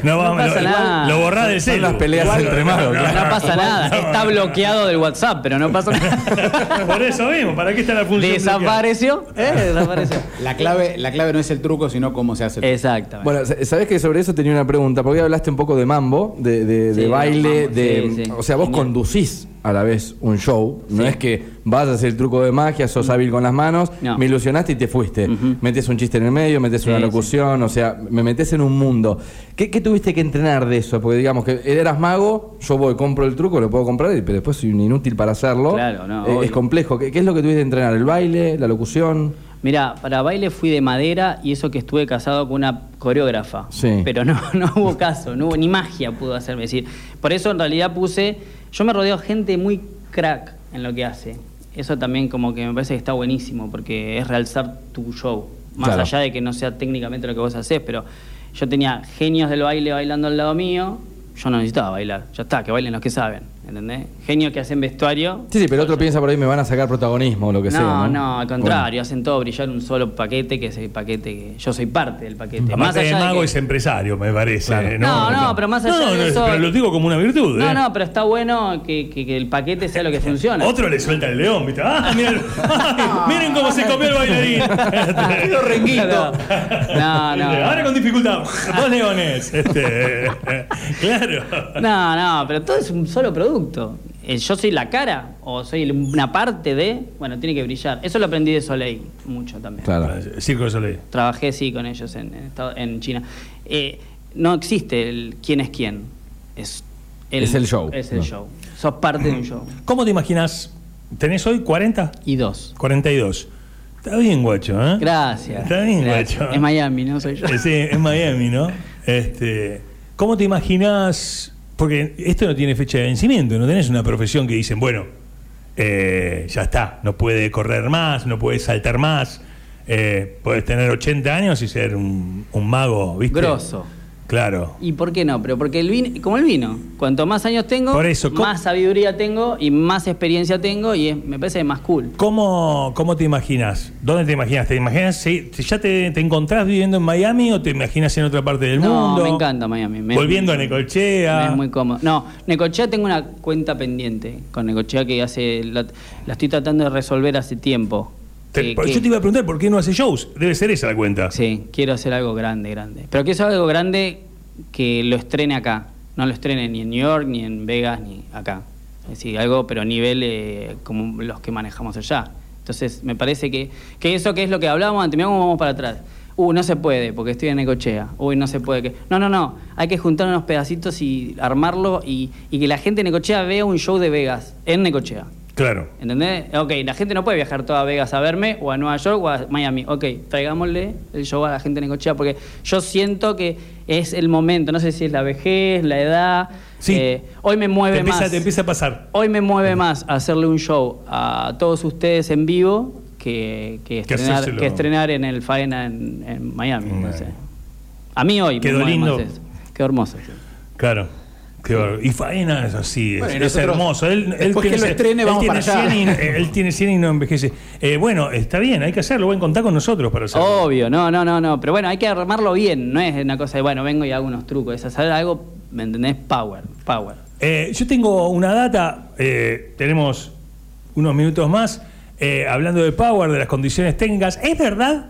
Speaker 1: no, vamos,
Speaker 3: pasa
Speaker 1: lo,
Speaker 3: nada.
Speaker 1: Lo borrás del
Speaker 2: Son
Speaker 1: celu.
Speaker 2: las peleas
Speaker 1: Igual-
Speaker 2: entre magos,
Speaker 3: No pasa nada, está bloqueado del WhatsApp, pero no pasa nada.
Speaker 1: Por eso mismo, ¿para qué está la función? bloqueada?
Speaker 3: Desapareció, ¿eh? Desapareció.
Speaker 4: La clave, la clave no es el truco, sino cómo se hace el truco.
Speaker 3: Exactamente.
Speaker 2: Bueno, sa- sabés que sobre eso tenía una pregunta, porque hoy hablaste un poco de mambo, de, de- de
Speaker 3: Sí,
Speaker 2: baile,
Speaker 3: mambo,
Speaker 2: de...
Speaker 3: sí, sí.
Speaker 2: O sea, vos
Speaker 3: Genial.
Speaker 2: conducís a la vez un show, no es que vas a hacer el truco de magia, sos hábil con las manos,
Speaker 3: Mm. No.
Speaker 2: me ilusionaste y te fuiste.
Speaker 3: Ujú.
Speaker 2: Metes un chiste en el medio, metes
Speaker 3: Sí,
Speaker 2: una
Speaker 3: sí.
Speaker 2: locución, o sea, me metes en un mundo. ¿Qué, qué tuviste que entrenar de eso? Porque digamos que eras mago, yo voy, compro el truco, lo puedo comprar, y- pero después soy un inútil para hacerlo.
Speaker 3: Claro, no,
Speaker 2: Eh, es
Speaker 3: obvio.
Speaker 2: complejo. ¿Qué, qué es lo que tuviste que entrenar? ¿El baile, la locución?
Speaker 3: Mira, para baile fui de madera y eso que estuve casado con una coreógrafa.
Speaker 2: Sí.
Speaker 3: Pero no, no hubo caso, no hubo, ni magia pudo hacerme decir. Por eso en realidad puse, yo me rodeo de gente muy crack en lo que hace. Eso también como que me parece que está buenísimo porque es realzar tu show. Más
Speaker 2: Claro.
Speaker 3: allá de que no sea técnicamente lo que vos hacés, pero yo tenía genios del baile bailando al lado mío. Yo no necesitaba bailar. Ya está, que bailen los que saben. ¿Entendés? Genio que hacen vestuario.
Speaker 2: Sí, sí, pero otro piensa por ahí me van a sacar protagonismo o lo que sea.
Speaker 3: No, no, al contrario, hacen todo brillar un solo paquete, que es el paquete que yo soy parte del paquete.
Speaker 1: Aparte de
Speaker 3: allá de
Speaker 1: mago
Speaker 3: que-
Speaker 1: es empresario, me parece.
Speaker 2: Claro.
Speaker 1: ¿eh?
Speaker 3: No, no, pero más allá
Speaker 1: No,
Speaker 3: de
Speaker 1: no,
Speaker 3: eso-
Speaker 1: Pero lo digo como una virtud.
Speaker 3: No,
Speaker 1: ¿eh?
Speaker 3: no, pero está bueno que, que- que el paquete sea lo que funciona.
Speaker 1: Otro le suelta el león, ¿viste? ¡Ah, mirá! ¡Ay, miren cómo se copió el bailarín.
Speaker 4: Pero renguito.
Speaker 3: No, no.
Speaker 1: Este, Ahora con dificultad. Dos leones. Este, claro.
Speaker 3: No, no, pero todo es un solo producto. Eh, Yo soy la cara o soy el- una parte de. Bueno, tiene que brillar. Eso lo aprendí de Soleil mucho también.
Speaker 2: Claro.
Speaker 1: Circo de Soleil.
Speaker 3: Trabajé, sí, con ellos en, en Estado- en China. Eh, no existe el quién es quién. Es
Speaker 2: Es el show,
Speaker 3: Es el
Speaker 2: ¿no?
Speaker 3: show. Sos parte de un show.
Speaker 1: ¿Cómo te imaginas? ¿Tenés hoy 40?
Speaker 3: Y dos.
Speaker 1: 42. Está bien, guacho, ¿eh?
Speaker 3: Gracias.
Speaker 1: Está bien,
Speaker 3: Gracias.
Speaker 1: guacho.
Speaker 3: Es Miami, no soy yo.
Speaker 1: Eh, Sí, en Miami, ¿no? Este, ¿Cómo te imaginas? Porque esto no tiene fecha de vencimiento, no tenés una profesión que dicen, bueno, eh, ya está, no puede correr más, no puede saltar más, eh, puedes tener 80 años y ser un, un mago, ¿viste?
Speaker 3: Grosso.
Speaker 1: Claro.
Speaker 3: ¿Y por qué no? Pero porque el vino, como el vino, cuanto más años tengo,
Speaker 1: Por eso, ¿cómo-
Speaker 3: más sabiduría tengo y más experiencia tengo y es- me parece más cool.
Speaker 1: ¿Cómo, cómo te imaginas? ¿Dónde te imaginas? ¿Te imaginas si, si ya te, te encontrás viviendo en Miami o te imaginas en otra parte del
Speaker 3: No,
Speaker 1: mundo?
Speaker 3: me encanta Miami. Me-
Speaker 1: Volviendo a
Speaker 3: me
Speaker 1: Necolchea.
Speaker 3: es muy cómodo. No, Necochea tengo una cuenta pendiente con Necochea que hace la, la estoy tratando de resolver hace tiempo.
Speaker 1: Te-
Speaker 3: Que-
Speaker 1: por-
Speaker 3: que-
Speaker 1: yo te iba a preguntar por qué no hace shows. Debe ser esa la cuenta.
Speaker 3: Sí, quiero hacer algo grande, grande. Pero quiero hacer algo grande que lo estrene acá. No lo estrene ni en New York, ni en Vegas, ni acá. Es decir, algo, pero nivel eh, como los que manejamos allá. Entonces, me parece que, que eso que es lo que hablábamos antes, mirá cómo vamos para atrás. Uy, no se puede, porque estoy en Ecochea. Uy, no se puede. Que... No, no, no. Hay que juntar unos pedacitos y armarlo y, y que la gente en Ecochea vea un show de Vegas en Necochea.
Speaker 1: Claro.
Speaker 3: ¿Entendés? Ok, la gente no puede viajar toda a Vegas a verme, o a Nueva York, o a Miami. Ok, traigámosle el show a la gente en Necochea, porque yo siento que es el momento. No sé si es la vejez, la edad.
Speaker 1: Sí.
Speaker 3: eh, hoy me
Speaker 1: Te
Speaker 3: mueve
Speaker 1: empieza,
Speaker 3: más.
Speaker 1: te empieza a pasar.
Speaker 3: Hoy me mueve más hacerle un show a todos ustedes en vivo que, que estrenar,
Speaker 1: hacérselo.
Speaker 3: que estrenar en el Faena en, en Miami. no
Speaker 1: Bueno.
Speaker 3: sé. A mí hoy. me
Speaker 1: Quedó
Speaker 3: mueve
Speaker 1: lindo.
Speaker 3: más eso. Quedó hermoso.
Speaker 1: Claro. Qué bárbaro. Y faena es así, es-
Speaker 4: Bueno, y
Speaker 1: es,
Speaker 4: nosotros,
Speaker 1: hermoso. Él, él
Speaker 4: después
Speaker 1: tiene,
Speaker 4: que lo estrene,
Speaker 1: él
Speaker 4: vamos
Speaker 1: tiene
Speaker 4: para allá.
Speaker 1: 100 y- eh, él tiene 100 y no envejece. Eh, bueno, está bien, hay que hacerlo. Buen contar con nosotros para hacerlo.
Speaker 4: Oh,
Speaker 3: Obvio, no, no, no, no. Pero bueno, hay que armarlo bien. No es una cosa de, bueno, vengo y hago unos trucos. Es hacer algo, ¿me entendés? Power, power.
Speaker 1: Eh, yo tengo una data, eh, tenemos unos minutos más, eh, hablando de Power, de las condiciones técnicas. ¿Es verdad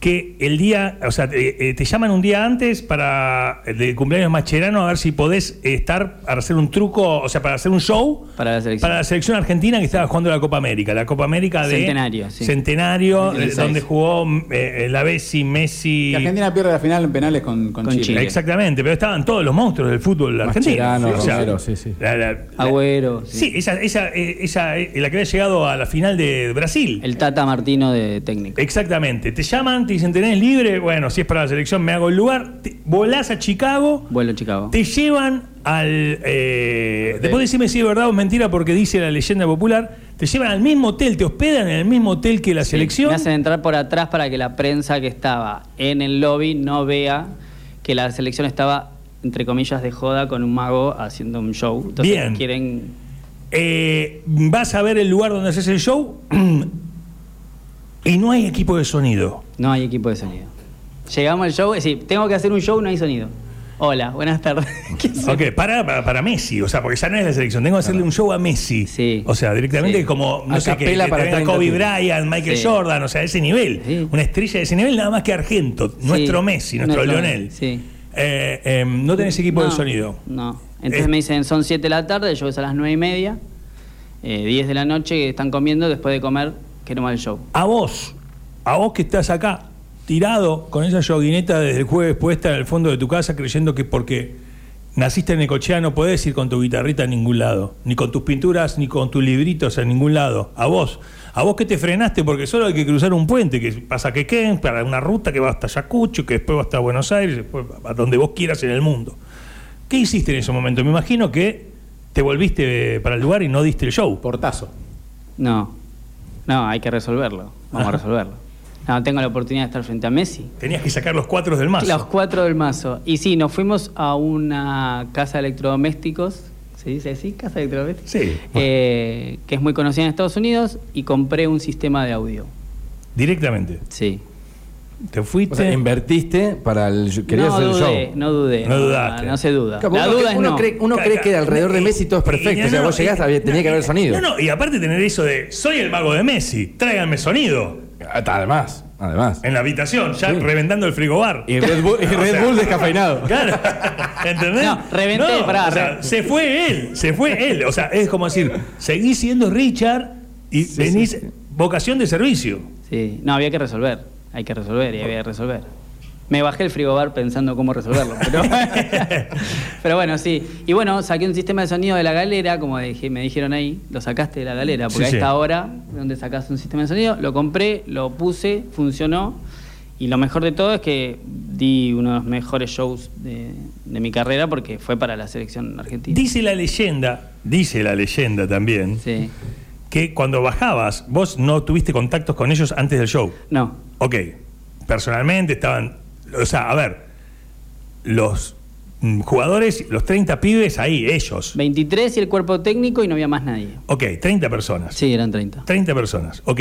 Speaker 1: que el día, o sea, te, eh, te llaman un día antes para el de cumpleaños macherano a ver si podés estar para hacer un truco, o sea, para hacer un show?
Speaker 3: Para la selección.
Speaker 1: Para la selección argentina que estaba jugando la Copa América. La Copa América de.
Speaker 3: Centenario, sí.
Speaker 1: Centenario, eh,
Speaker 3: 26.
Speaker 1: donde jugó eh, eh, la Bessi, Messi.
Speaker 4: Que Argentina pierde la final en penales con, con,
Speaker 3: Con
Speaker 4: Chile.
Speaker 3: Chile.
Speaker 1: Exactamente, pero estaban todos los monstruos del fútbol argentino.
Speaker 2: Mascherano,
Speaker 1: O sea,
Speaker 2: Romero, sí, sí.
Speaker 1: la- la-
Speaker 3: Agüero.
Speaker 1: Sí, esa, esa, eh, esa, eh, la que había llegado a la final de Brasil.
Speaker 3: El Tata Martino de técnico.
Speaker 1: Exactamente. Te llaman, te dicen, tenés libre. Bueno, si es para la selección, me hago el lugar. Te- volás a Chicago.
Speaker 3: Vuelo a Chicago.
Speaker 1: Te llevan al. eh, después decime si es verdad o es mentira, porque dice la leyenda popular. Te llevan al mismo hotel, te hospedan en el mismo hotel que la selección.
Speaker 3: Me hacen entrar por atrás para que la prensa que estaba en el lobby no vea que la selección estaba, entre comillas, de joda con un mago haciendo un show. Entonces
Speaker 1: Bien.
Speaker 3: quieren.
Speaker 1: Eh, vas a ver el lugar donde haces el show. y no hay equipo de sonido.
Speaker 3: No hay equipo de sonido. Llegamos al show, es decir, tengo que hacer un show, no hay sonido. Hola, buenas tardes. ¿Qué haces?
Speaker 1: Ok, para, para, para Messi, o sea, porque ya no es la selección. Tengo que hacerle un show a Messi.
Speaker 3: Ah. Sí.
Speaker 1: O sea, directamente
Speaker 3: Sí.
Speaker 1: como, no
Speaker 2: A
Speaker 1: sé qué,
Speaker 2: capela
Speaker 1: que
Speaker 2: para
Speaker 1: tenga
Speaker 2: 30
Speaker 1: Kobe
Speaker 2: tipos.
Speaker 1: Bryant, Michael
Speaker 3: Sí.
Speaker 1: Jordan, o sea, ese nivel.
Speaker 3: Sí.
Speaker 1: Una estrella de ese nivel, nada más que Argento, nuestro Messi, nuestro,
Speaker 3: nuestro
Speaker 1: Lionel.
Speaker 3: Messi, sí.
Speaker 1: Eh, eh, no tenés equipo
Speaker 3: No,
Speaker 1: de sonido.
Speaker 3: No. Entonces
Speaker 1: Eh.
Speaker 3: me dicen, son 7 de la tarde, el show es a las 9 y media, eh, 10 de la noche, están comiendo, después de comer, queremos el show.
Speaker 1: A vos, a vos que estás acá, tirado con esa yoguineta desde el jueves puesta en el fondo de tu casa, creyendo que porque naciste en Necochea no podés ir con tu guitarrita a ningún lado, ni con tus pinturas, ni con tus libritos a ningún lado. A vos, a vos que te frenaste porque solo hay que cruzar un puente, que pasa que queden, para una ruta que va hasta Yacucho, que después va hasta Buenos Aires, después a donde vos quieras en el mundo. ¿Qué hiciste en ese momento? Me imagino que te volviste para el lugar y no diste el show.
Speaker 4: Portazo.
Speaker 3: No, no, hay que resolverlo, vamos a resolverlo. No, tengo la oportunidad de estar frente a Messi.
Speaker 1: Tenías que sacar los cuatro del mazo.
Speaker 3: Los cuatro del mazo. Y sí, nos fuimos a una casa de electrodomésticos, se ¿Se dice así? Casa Electrodoméstica.
Speaker 1: Sí.
Speaker 3: Eh, que es muy conocida en Estados Unidos y compré un sistema de audio.
Speaker 1: Directamente.
Speaker 3: Sí.
Speaker 1: Te fuiste.
Speaker 2: O sea, invertiste para el. Querías
Speaker 3: no
Speaker 2: hacer el
Speaker 3: dudé,
Speaker 2: show.
Speaker 3: no dudé.
Speaker 1: No dudaste.
Speaker 3: No se duda.
Speaker 2: Claro,
Speaker 3: La
Speaker 2: uno
Speaker 3: duda
Speaker 2: cree-
Speaker 3: es
Speaker 2: uno
Speaker 3: no.
Speaker 2: cree, uno cree que alrededor de Messi todo es perfecto.
Speaker 1: Eh, Y
Speaker 2: o sea,
Speaker 1: no,
Speaker 2: vos llegás,
Speaker 1: y-
Speaker 2: había- tenía que haber sonido.
Speaker 1: No, no, y aparte tener eso de soy el mago de Messi, tráiganme sonido.
Speaker 2: Además, además.
Speaker 1: En la habitación, ya
Speaker 2: Sí.
Speaker 1: reventando el frigobar.
Speaker 2: Y Red Bull, y Red
Speaker 1: sea-
Speaker 2: Bull descafeinado.
Speaker 1: Claro, ¿entendés?
Speaker 3: No, reventé, pará,
Speaker 1: o sea,
Speaker 3: re-
Speaker 1: se fue él, se fue él. O sea, es como decir, seguís siendo Richard y
Speaker 2: Sí,
Speaker 1: venís
Speaker 2: sí, sí.
Speaker 1: vocación de servicio.
Speaker 3: Sí. No, había que resolver. Hay que resolver y había que resolver. Me bajé el frigobar pensando cómo resolverlo. Pero, pero bueno, sí. Y bueno, saqué un sistema de sonido de la galera, como dije- me dijeron ahí, lo sacaste de la galera,
Speaker 1: Sí,
Speaker 3: porque a
Speaker 1: sí.
Speaker 3: esta hora, donde sacas un sistema de sonido, lo compré, lo puse, funcionó. Y lo mejor de todo es que di uno de los mejores shows de, de mi carrera porque fue para la selección argentina.
Speaker 1: Dice la leyenda, dice la leyenda también,
Speaker 3: Sí.
Speaker 1: que cuando bajabas, vos no tuviste contactos con ellos antes del show.
Speaker 3: No,
Speaker 1: Ok, personalmente estaban. O sea, a ver, los mm, jugadores, los 30 pibes ahí, ellos.
Speaker 3: 23 y el cuerpo técnico y no había más nadie.
Speaker 1: Ok, 30 personas.
Speaker 3: Sí, eran 30.
Speaker 1: 30 personas. Ok,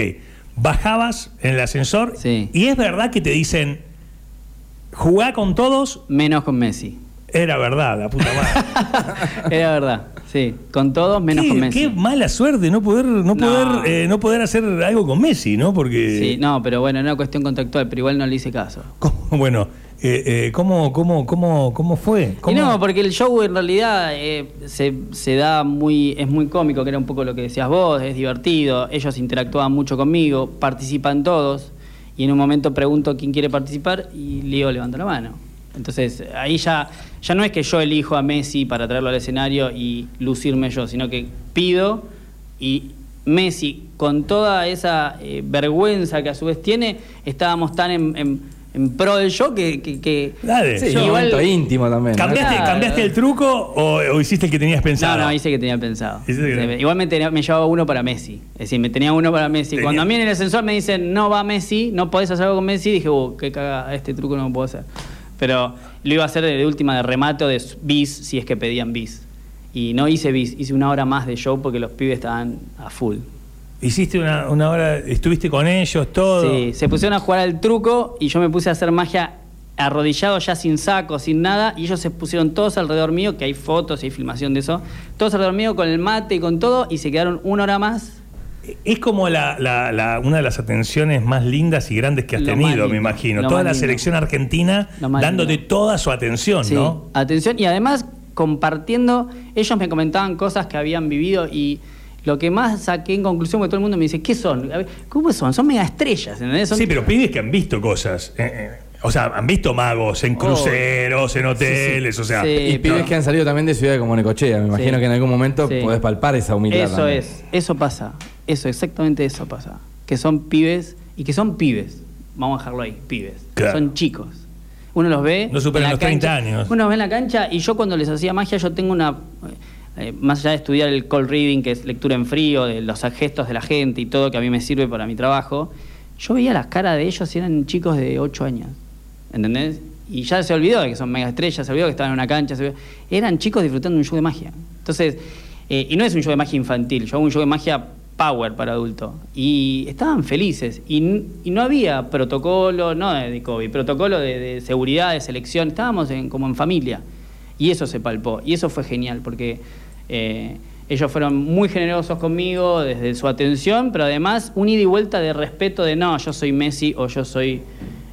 Speaker 1: bajabas en el ascensor
Speaker 3: Sí.
Speaker 1: y es verdad que te dicen, jugá con todos.
Speaker 3: Menos con Messi.
Speaker 1: Era verdad, la puta madre.
Speaker 3: Era verdad, sí. Con todos menos
Speaker 1: qué,
Speaker 3: con Messi.
Speaker 1: qué mala suerte no poder, no,
Speaker 3: No.
Speaker 1: Poder, eh, no poder hacer algo con Messi, ¿no? Porque.
Speaker 3: Sí, no, pero bueno, era una cuestión contractual, pero igual no le hice caso.
Speaker 1: ¿cómo- bueno, eh, eh, ¿cómo, cómo, cómo, ¿cómo fue?
Speaker 3: Y
Speaker 1: ¿Cómo?
Speaker 3: no, porque el show en realidad eh, se, se da muy, es muy cómico, que era un poco lo que decías vos, es divertido, ellos interactuaban mucho conmigo, participan todos, y en un momento pregunto quién quiere participar y Leo levanta la mano. Entonces, ahí ya, ya no es que yo elijo a Messi para traerlo al escenario y lucirme yo, sino que pido y Messi, con toda esa eh, vergüenza que a su vez tiene, estábamos tan en, en- en pro del show que... que- que-
Speaker 1: Dale.
Speaker 2: Sí,
Speaker 1: Yo-
Speaker 2: un
Speaker 3: igual-
Speaker 2: momento íntimo también. ¿no?
Speaker 1: ¿Cambiaste,
Speaker 3: Claro.
Speaker 1: cambiaste el truco o, o hiciste el que tenías pensado?
Speaker 3: No, no, hice que tenía pensado.
Speaker 1: Hice que-
Speaker 3: Sí, Igual me, tenía- me llevaba uno para Messi. Es decir, me tenía uno para Messi.
Speaker 1: Tenía-
Speaker 3: Cuando a mí en el ascensor me dicen, no va Messi, no podés hacer algo con Messi, dije, uh, qué caga, este truco no lo puedo hacer. Pero lo iba a hacer de última de remato de bis, si es que pedían bis. Y no hice bis, hice una hora más de show porque los pibes estaban a full.
Speaker 1: Hiciste una, una hora, estuviste con ellos, todo.
Speaker 3: Sí, se pusieron a jugar al truco y yo me puse a hacer magia arrodillado ya sin saco, sin nada, y ellos se pusieron todos alrededor mío, que hay fotos y hay filmación de eso, todos alrededor mío con el mate y con todo, y se quedaron una hora más.
Speaker 1: Es como la, la- la- una de las atenciones más lindas y grandes que has
Speaker 3: Lo más
Speaker 1: tenido, me
Speaker 3: lindo,
Speaker 1: imagino.
Speaker 3: lo
Speaker 1: Toda
Speaker 3: más
Speaker 1: la
Speaker 3: lindo.
Speaker 1: selección argentina
Speaker 3: Lo más
Speaker 1: dándote
Speaker 3: lindo.
Speaker 1: toda su atención,
Speaker 3: Sí,
Speaker 1: ¿no?
Speaker 3: Atención, y además compartiendo, ellos me comentaban cosas que habían vivido y lo que más saqué en conclusión, porque todo el mundo me dice, ¿qué son? A ver, ¿Cómo son? Son mega estrellas, ¿entendés? Son-
Speaker 1: Sí, pero pibes que han visto cosas. eh, eh, o sea, han visto magos en
Speaker 3: Oh.
Speaker 1: cruceros, en hoteles, o sea.
Speaker 3: Sí.
Speaker 2: Y pibes
Speaker 3: pero-
Speaker 2: que han salido también de ciudades como Necochea. Me imagino
Speaker 3: Sí.
Speaker 2: que en algún momento
Speaker 3: Sí.
Speaker 2: podés palpar esa humildad.
Speaker 3: Eso
Speaker 2: también.
Speaker 3: es, eso pasa, eso, exactamente eso pasa. Que son pibes y que son pibes, vamos a dejarlo ahí, pibes.
Speaker 1: Claro.
Speaker 3: Son chicos. Uno los ve.
Speaker 1: No superan
Speaker 3: en la
Speaker 1: los 30
Speaker 3: cancha-
Speaker 1: años.
Speaker 3: Uno los ve en la cancha y yo cuando les hacía magia, yo tengo una. eh, más allá de estudiar el call reading, que es lectura en frío, de los gestos de la gente y todo que a mí me sirve para mi trabajo, yo veía las caras de ellos y eran chicos de 8 años. ¿Entendés? Y ya se olvidó de que son mega estrellas, se olvidó que estaban en una cancha, se olvidó- eran chicos disfrutando de un show de magia. Entonces, eh, y no es un show de magia infantil, yo hago un show de magia power para adulto. Y estaban felices. Y, n- y no había protocolo, no de de COVID, protocolo de, de seguridad, de selección, estábamos en- como en familia. Y eso se palpó, y eso fue genial, porque eh, ellos fueron muy generosos conmigo desde su atención, pero además un ida y vuelta de respeto de no, yo soy Messi o yo soy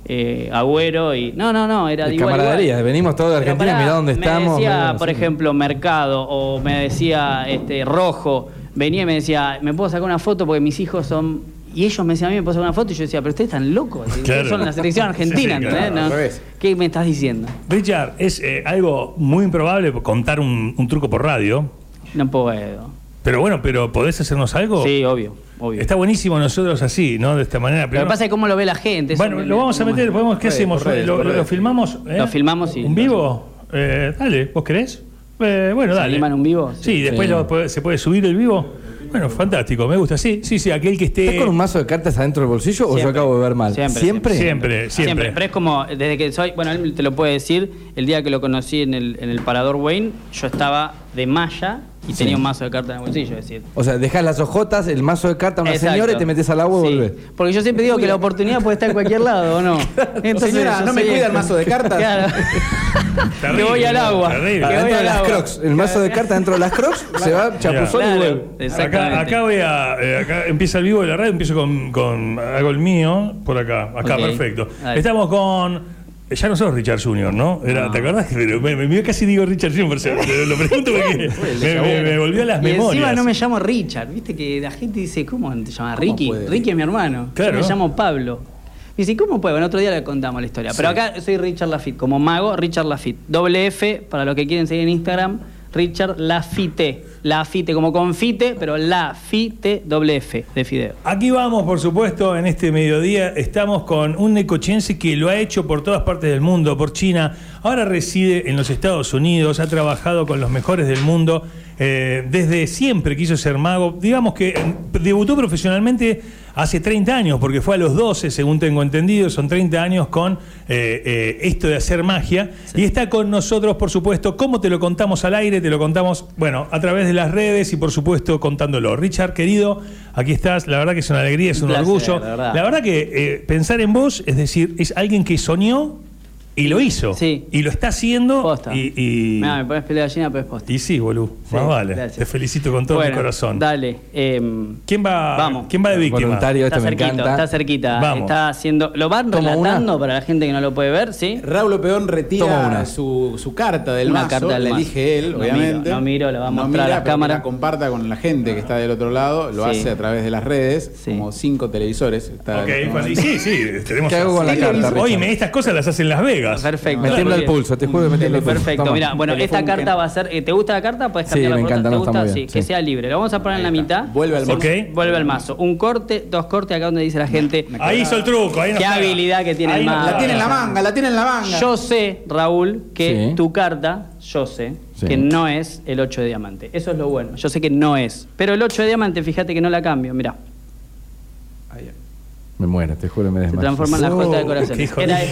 Speaker 3: eh, Agüero y no, no, no, era
Speaker 2: De
Speaker 3: de igual a
Speaker 2: camaradería,
Speaker 3: igual.
Speaker 2: venimos todos de
Speaker 3: Pero
Speaker 2: Argentina,
Speaker 3: pará,
Speaker 2: mirá dónde estamos,
Speaker 3: Me decía,
Speaker 2: mirá,
Speaker 3: por
Speaker 2: sí.
Speaker 3: ejemplo, Mercado o me decía este Rojo, venía y me decía, "¿Me puedo sacar una foto porque mis hijos son y ellos me decían, a mí me puedo sacar una foto y yo decía, pero ustedes están locos, ustedes
Speaker 1: Claro.
Speaker 3: son la selección
Speaker 1: Sí, sí,
Speaker 3: argentina,
Speaker 1: claro,
Speaker 3: ¿entendés?
Speaker 2: al
Speaker 3: No,
Speaker 2: revés.
Speaker 3: ¿Qué me estás diciendo?
Speaker 1: Richard, es eh, algo muy improbable contar un, un truco por radio.
Speaker 3: No puedo.
Speaker 1: Pero bueno, pero ¿podés hacernos algo?
Speaker 3: Sí, obvio, obvio.
Speaker 1: Oh. Está buenísimo nosotros así, ¿no? De esta manera.
Speaker 3: Lo que pasa es cómo lo ve la gente. eso
Speaker 1: Bueno,
Speaker 3: me-
Speaker 1: lo vamos a
Speaker 3: me-
Speaker 1: meter, podemos, ¿qué
Speaker 2: Por redes,
Speaker 1: hacemos?
Speaker 2: por redes,
Speaker 1: ¿Lo,
Speaker 2: por
Speaker 1: lo- lo
Speaker 2: redes.
Speaker 1: filmamos? eh?
Speaker 3: Lo filmamos y
Speaker 1: ¿En
Speaker 3: lo
Speaker 1: vivo? Eh, dale, ¿vos querés? Eh, bueno,
Speaker 3: ¿Se
Speaker 1: dale.
Speaker 3: animan un vivo?
Speaker 1: Sí, después
Speaker 2: Sí.
Speaker 1: lo puede- se puede subir el vivo. Bueno, fantástico, me gusta. Sí, sí, sí, aquel que esté...
Speaker 2: ¿Estás con un mazo de cartas adentro del bolsillo o yo
Speaker 3: Siempre.
Speaker 2: acabo de ver mal?
Speaker 3: Siempre,
Speaker 2: ¿Siempre?
Speaker 1: Eh, Siempre,
Speaker 3: Siempre.
Speaker 1: siempre.
Speaker 3: pero es como, desde que soy, bueno, él te lo puede decir, el día que lo conocí en el, en el Parador Wayne, yo estaba de malla y tenía un mazo de cartas en el bolsillo, es decir.
Speaker 2: O sea, dejás las ojotas, el mazo de carta a una
Speaker 3: Exacto.
Speaker 2: señora y te metes al agua y
Speaker 3: Sí.
Speaker 2: volvés.
Speaker 3: Porque yo siempre digo que la oportunidad puede estar en cualquier lado, ¿o no? Entonces,
Speaker 4: Señora,
Speaker 3: yo
Speaker 4: ¿no me
Speaker 3: soy
Speaker 4: cuida
Speaker 3: esto.
Speaker 4: el mazo de cartas?
Speaker 3: Claro.
Speaker 1: Terrible,
Speaker 3: que voy al agua.
Speaker 1: terrible.
Speaker 3: Que voy
Speaker 2: Dentro de
Speaker 3: al
Speaker 2: las
Speaker 3: agua.
Speaker 2: crocs. El mazo de cartas dentro de las crocs se va chapuzón y
Speaker 3: Claro,
Speaker 2: vuelve.
Speaker 3: exactamente.
Speaker 1: Acá, acá voy a. eh, acá empieza el vivo de la radio, empiezo con, con- Hago el mío, por acá. Acá,
Speaker 3: Ok.
Speaker 1: perfecto.
Speaker 3: Dale.
Speaker 1: Estamos con. eh, Ya no sos Richard Junior, ¿no? Era-
Speaker 3: No.
Speaker 1: ¿Te acordás? que Me, me- me- casi digo Richard Junior, pero se- te lo pregunto porque me, me- me volvió a las
Speaker 3: y
Speaker 1: memorias.
Speaker 3: encima no me llamo Richard, viste que la gente dice, ¿cómo te llamas
Speaker 4: ¿Cómo
Speaker 3: Ricky?
Speaker 4: puede?
Speaker 3: Ricky es mi hermano. Yo
Speaker 1: Claro.
Speaker 3: me llamo Pablo. Y dice, ¿cómo puede? Bueno, otro día le contamos la historia. Pero acá soy Richard Lafitte, como mago, Richard Lafitte. Doble F, para los que quieren seguir en Instagram, Richard Lafite. Lafite, como confite, pero Lafite, doble F, de fideo.
Speaker 1: Aquí vamos, por supuesto, en este mediodía estamos con un necochense que lo ha hecho por todas partes del mundo, por China. Ahora reside en los Estados Unidos, ha trabajado con los mejores del mundo. eh, desde siempre quiso ser mago. Digamos que eh, debutó profesionalmente hace 30 años, porque fue a los 12, según tengo entendido. Son 30 años con eh, eh, esto de hacer magia. Y está con nosotros, por supuesto, ¿cómo te lo contamos al aire? Te lo contamos, bueno, a través de las redes y, por supuesto, contándolo. Richard, querido, aquí estás. La verdad que es una alegría, es un,
Speaker 3: Un placer,
Speaker 1: orgullo.
Speaker 3: la verdad.
Speaker 1: que eh, pensar en vos, es decir, es alguien que soñó y lo hizo.
Speaker 3: Sí.
Speaker 1: Y lo está haciendo.
Speaker 3: Posta.
Speaker 1: Y, y,
Speaker 3: Mirá, me pones pelea gallina, pero es posta.
Speaker 1: y sí, boludo.
Speaker 3: Sí,
Speaker 1: más vale.
Speaker 3: gracias.
Speaker 1: Te felicito con todo
Speaker 3: Bueno,
Speaker 1: mi corazón.
Speaker 3: Dale. em,
Speaker 1: ¿Quién va,
Speaker 3: Vamos.
Speaker 1: ¿Quién va de víctima?
Speaker 2: Voluntario, esto
Speaker 3: Está
Speaker 2: me
Speaker 3: cerquita,
Speaker 2: encanta.
Speaker 3: está cerquita.
Speaker 1: Vamos.
Speaker 3: Está haciendo. Lo van
Speaker 2: Toma una.
Speaker 3: relatando para la gente que no lo puede ver, ¿sí?
Speaker 4: Raúl Opeón
Speaker 2: Toma una.
Speaker 4: retira su, su carta del
Speaker 3: Una
Speaker 4: mazo,
Speaker 3: carta del
Speaker 4: la
Speaker 3: mazo.
Speaker 4: elige él,
Speaker 3: No
Speaker 4: obviamente.
Speaker 3: miro, no miro, la va a mostrar a
Speaker 4: mira,
Speaker 3: la
Speaker 4: pero que
Speaker 3: cámara.
Speaker 4: La comparta con la gente que está del otro lado, lo
Speaker 3: Sí.
Speaker 4: hace a través de las redes,
Speaker 3: Sí.
Speaker 4: como cinco televisores. está
Speaker 1: Ok,
Speaker 4: en este
Speaker 1: Juan, y
Speaker 4: momento.
Speaker 1: sí, sí, tenemos
Speaker 2: ¿Qué hago con la carta, Richard?
Speaker 1: Oye, estas cosas las hacen Las Vegas.
Speaker 3: Perfecto.
Speaker 2: Meterlo
Speaker 3: Muy
Speaker 2: al
Speaker 3: bien.
Speaker 2: pulso, te juego de meterlo al pulso.
Speaker 3: Perfecto,
Speaker 2: Toma.
Speaker 3: mira, bueno, esta
Speaker 4: Telefunken.
Speaker 3: carta va a ser. eh, ¿Te gusta la carta? Puedes
Speaker 2: Sí,
Speaker 3: cambiarla
Speaker 2: me
Speaker 3: por otra.
Speaker 2: encanta,
Speaker 3: ¿Te
Speaker 2: no,
Speaker 3: gusta?
Speaker 2: está muy bien,
Speaker 3: sí, que
Speaker 2: sí.
Speaker 3: sea libre. Lo vamos a poner en la mitad.
Speaker 4: Vuelve al mazo.
Speaker 1: Ok.
Speaker 3: Vuelve al mazo. Un corte, dos cortes acá donde dice la gente.
Speaker 1: Ahí hizo el truco. Ahí no
Speaker 3: Qué
Speaker 1: está.
Speaker 3: habilidad que tiene
Speaker 1: Ahí
Speaker 3: el
Speaker 1: no
Speaker 3: mago.
Speaker 1: está.
Speaker 4: La tiene en la manga, la tiene en la manga.
Speaker 3: Ah, Yo sé, Raúl, que
Speaker 2: Sí.
Speaker 3: tu carta, yo sé,
Speaker 2: Sí.
Speaker 3: que no es el 8 de diamante. Eso es lo bueno. Yo sé que no es. Pero el 8 de diamante, fíjate que no la cambio, mirá.
Speaker 2: Me muero, te juro, me
Speaker 3: Se
Speaker 2: desmayo.
Speaker 3: transforma en la jota de corazón.
Speaker 1: Qué hijo
Speaker 3: Era
Speaker 1: de-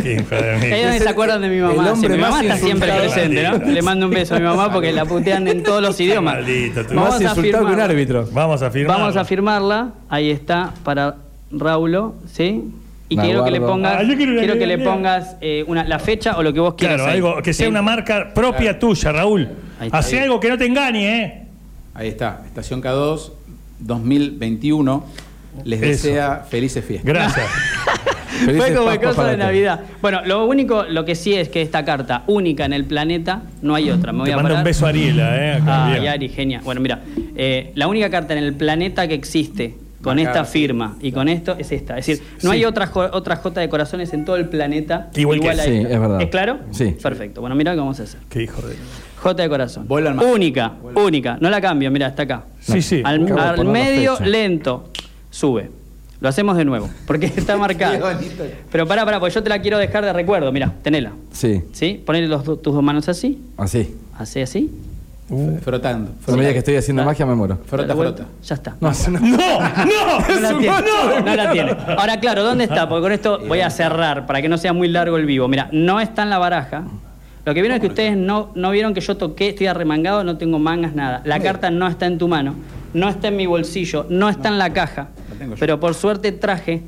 Speaker 1: Qué hijo de mí.
Speaker 3: Ahí es donde se acuerdan de mi mamá.
Speaker 2: El hombre
Speaker 3: siempre. Mi
Speaker 2: más
Speaker 3: mamá está siempre
Speaker 2: insultado.
Speaker 3: presente, ¿no?
Speaker 1: Maldita.
Speaker 3: Le mando un beso a mi mamá porque la putean en todos los idiomas.
Speaker 1: Maldita, tú.
Speaker 2: Más insultado que un
Speaker 3: firmarla.
Speaker 2: árbitro.
Speaker 1: Vamos a firmar.
Speaker 3: Vamos a firmarla. Ahí está para Raulo, ¿sí? Y
Speaker 2: Me
Speaker 3: quiero que le
Speaker 2: guardo.
Speaker 3: pongas,
Speaker 1: Ah, yo quiero una
Speaker 3: quiero que le
Speaker 1: idea.
Speaker 3: pongas eh, una, la fecha o lo que vos quieras.
Speaker 1: Claro,
Speaker 3: ahí,
Speaker 1: algo que sea
Speaker 3: ¿sí?
Speaker 1: una marca propia tuya, Raúl.
Speaker 3: Ahí está.
Speaker 1: Hace algo que no te engañe, ¿eh?
Speaker 4: Ahí está, Estación K2, 2021. Les
Speaker 1: Eso.
Speaker 4: desea felices fiestas.
Speaker 1: Gracias.
Speaker 2: Felices
Speaker 3: Fue como
Speaker 2: Pascuas
Speaker 3: cosa
Speaker 2: para
Speaker 3: de
Speaker 2: todos.
Speaker 3: Navidad. Bueno, lo único, lo que sí es que esta carta, única en el planeta, no hay otra. Me voy
Speaker 1: Te
Speaker 3: a
Speaker 1: mando
Speaker 3: parar.
Speaker 1: un beso a Ariela, ¿eh? Acá,
Speaker 3: Ah,
Speaker 1: bien.
Speaker 3: y Ari, genia. Bueno, mira, eh, la única carta en el planeta que existe con
Speaker 4: Marcada,
Speaker 3: esta
Speaker 4: sí.
Speaker 3: firma y con esto es esta. Es decir, no
Speaker 1: Sí.
Speaker 3: hay otras jo- otra J de corazones en todo el planeta
Speaker 1: Igual que
Speaker 3: a
Speaker 2: sí,
Speaker 3: esta.
Speaker 2: es verdad.
Speaker 3: ¿Es claro?
Speaker 2: Sí.
Speaker 3: Perfecto. Bueno, mira cómo vamos a hacer.
Speaker 1: Qué hijo de.
Speaker 3: J de corazón.
Speaker 4: Vuelve al mar.
Speaker 3: única, única. No la cambio, mira, está acá.
Speaker 1: Sí, sí.
Speaker 3: Al,
Speaker 2: Acabo de
Speaker 3: al
Speaker 2: poner la
Speaker 3: medio,
Speaker 2: fecha.
Speaker 3: lento. Sube. Lo hacemos de nuevo, porque está marcado.
Speaker 4: bonito.
Speaker 3: Pero pará, pará, porque yo te la quiero dejar de recuerdo. Mira, tenela.
Speaker 2: Sí,
Speaker 3: ¿Sí? Ponele los do- tus dos manos así.
Speaker 2: así.
Speaker 3: Así, así.
Speaker 1: Uh.
Speaker 4: Frotando.
Speaker 2: A medida que estoy haciendo magia me muero.
Speaker 4: Frota,
Speaker 3: Dale vuelta.
Speaker 4: frota.
Speaker 3: Ya está.
Speaker 2: No, es una-
Speaker 1: ¡No! ¡No!
Speaker 3: No la tiene.
Speaker 1: ¡No!
Speaker 3: No la tiene. Ahora, claro, ¿dónde está? Porque con esto voy a cerrar para que no sea muy largo el vivo. Mira, no está en la baraja. Lo que vieron es que ustedes no, no vieron que yo toqué, estoy arremangado, no tengo mangas, nada. La carta no está en tu mano, no está en mi bolsillo, no está en la caja.
Speaker 4: La tengo yo.
Speaker 3: Pero por suerte traje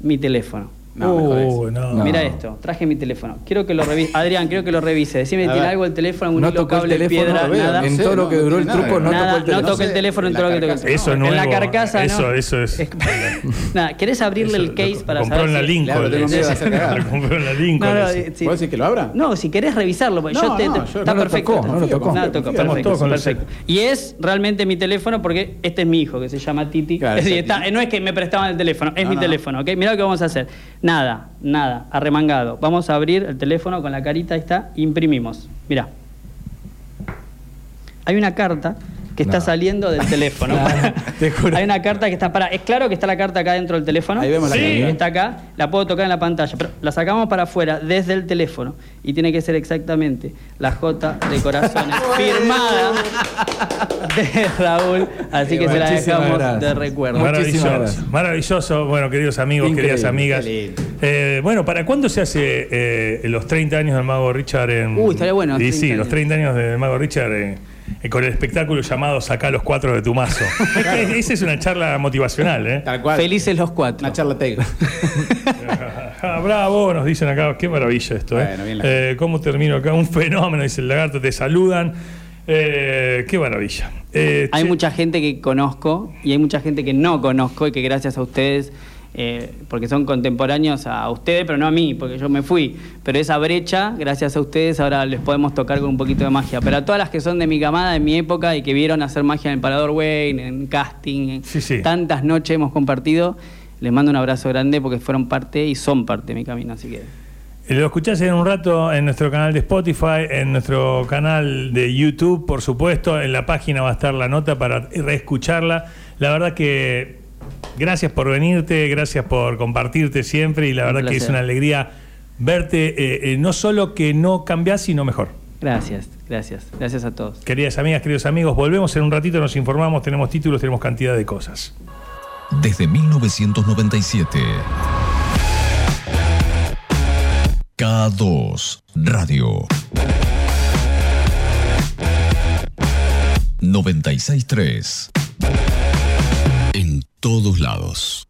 Speaker 3: mi teléfono.
Speaker 4: No, me
Speaker 1: Uh,
Speaker 4: jodés.
Speaker 1: no.
Speaker 2: No.
Speaker 3: Mira esto, traje mi teléfono. Quiero que lo revise. Adrián, quiero que lo revise. Decime,
Speaker 4: A
Speaker 3: ¿tiene
Speaker 4: ver.
Speaker 3: algo el teléfono? Un
Speaker 2: No
Speaker 3: hilo,
Speaker 2: tocó el
Speaker 3: cable,
Speaker 2: teléfono,
Speaker 3: piedra,
Speaker 2: no veo.
Speaker 3: nada.
Speaker 2: En todo lo que duró el truco, no
Speaker 3: Nada,
Speaker 2: tocó el
Speaker 3: no
Speaker 2: teléfono.
Speaker 3: toque el teléfono en
Speaker 4: La
Speaker 3: todo lo que toque el
Speaker 4: carcasa,
Speaker 1: Eso
Speaker 3: teléfono. En
Speaker 1: nuevo.
Speaker 3: la carcasa,
Speaker 1: Eso,
Speaker 3: ¿no?
Speaker 1: eso es.
Speaker 3: Nada, ¿querés abrirle
Speaker 1: Eso
Speaker 3: el case
Speaker 1: lo
Speaker 3: para
Speaker 1: compró
Speaker 3: saber
Speaker 1: en la
Speaker 3: si-
Speaker 1: Lincoln.
Speaker 4: Claro, tengo miedo de hacer cagada.
Speaker 1: Lo compró en la Lincoln.
Speaker 3: No, no,
Speaker 1: ese.
Speaker 3: eh, sí.
Speaker 4: ¿Puedes decir que lo abra?
Speaker 3: No, si querés revisarlo, porque
Speaker 4: No,
Speaker 3: yo te,
Speaker 4: no,
Speaker 3: te-
Speaker 4: yo-
Speaker 3: está
Speaker 2: no lo
Speaker 3: perfecto.
Speaker 2: tocó, no lo tocó.
Speaker 3: Nada tocó,
Speaker 1: Estamos
Speaker 3: perfecto,
Speaker 1: todos con los
Speaker 3: perfecto. Y es realmente mi teléfono porque este es mi hijo que se llama Titi.
Speaker 4: Claro,
Speaker 3: Es decir,
Speaker 4: Titi.
Speaker 3: está- eh, no es que me prestaban el teléfono, es
Speaker 4: No,
Speaker 3: mi
Speaker 4: no.
Speaker 3: teléfono, ¿ok? Mirá lo que vamos a hacer. Nada, nada, arremangado. Vamos a abrir el teléfono con la carita, ahí está, imprimimos. Mirá. Hay una carta que está
Speaker 2: No.
Speaker 3: saliendo del teléfono.
Speaker 2: te juro.
Speaker 3: Hay una carta que está para. Es claro que está la carta acá dentro del teléfono.
Speaker 4: Ahí vemos la
Speaker 1: Sí.
Speaker 4: carta.
Speaker 3: Está acá, la puedo tocar en la pantalla, pero la sacamos para afuera desde el teléfono y tiene que ser exactamente la J de corazones firmada de Raúl, así que se la
Speaker 2: Muchísimas
Speaker 3: dejamos de
Speaker 2: gracias.
Speaker 3: recuerdo.
Speaker 2: Muchísimas
Speaker 1: Maravilloso,
Speaker 2: gracias.
Speaker 1: maravilloso. Bueno, queridos amigos,
Speaker 2: Increíble.
Speaker 1: queridas amigas.
Speaker 4: Qué lindo.
Speaker 1: Eh, bueno, ¿para cuándo se hace eh, los 30 años del Mago Richard en.
Speaker 3: Uy, estaría bueno,
Speaker 1: Y
Speaker 3: 30
Speaker 1: sí,
Speaker 3: años.
Speaker 1: los 30 años del Mago Richard. eh, eh, con el espectáculo llamado Sacá los cuatro de tu mazo. es que esa es una charla motivacional, ¿eh?
Speaker 4: Tal cual.
Speaker 3: Felices los cuatro.
Speaker 4: Una charla tecla.
Speaker 1: Ah, bravo, nos dicen acá, qué maravilla esto, ¿eh?
Speaker 4: Bueno, bien la-
Speaker 1: Eh, ¿Cómo termino acá? Un fenómeno, dice el lagarto, te saludan. Eh, qué maravilla. Eh,
Speaker 3: Hay
Speaker 1: che-
Speaker 3: mucha gente que conozco y hay mucha gente que no conozco y que gracias a ustedes, eh, porque son contemporáneos a ustedes, pero no a mí, porque yo me fui. Pero esa brecha, gracias a ustedes, ahora les podemos tocar con un poquito de magia. Pero a todas las que son de mi camada, de mi época y que vieron hacer magia en el Parador Wayne, en casting, en
Speaker 1: Sí, sí.
Speaker 3: tantas noches hemos compartido, les mando un abrazo grande porque fueron parte y son parte de mi camino, así que...
Speaker 1: Eh, Lo escuchás en un rato en nuestro canal de Spotify, en nuestro canal de YouTube, por supuesto. En la página va a estar la nota para reescucharla. La verdad que gracias por venirte, gracias por compartirte siempre y la
Speaker 3: Un
Speaker 1: verdad que
Speaker 3: placer.
Speaker 1: es una alegría verte, eh, eh, no solo que no cambiás, sino mejor.
Speaker 3: Gracias, gracias, gracias a todos.
Speaker 1: Queridas amigas, queridos amigos, volvemos en un ratito, nos informamos, tenemos títulos, tenemos cantidad de cosas.
Speaker 5: desde 1997. K2 Radio 96.3 En todos lados.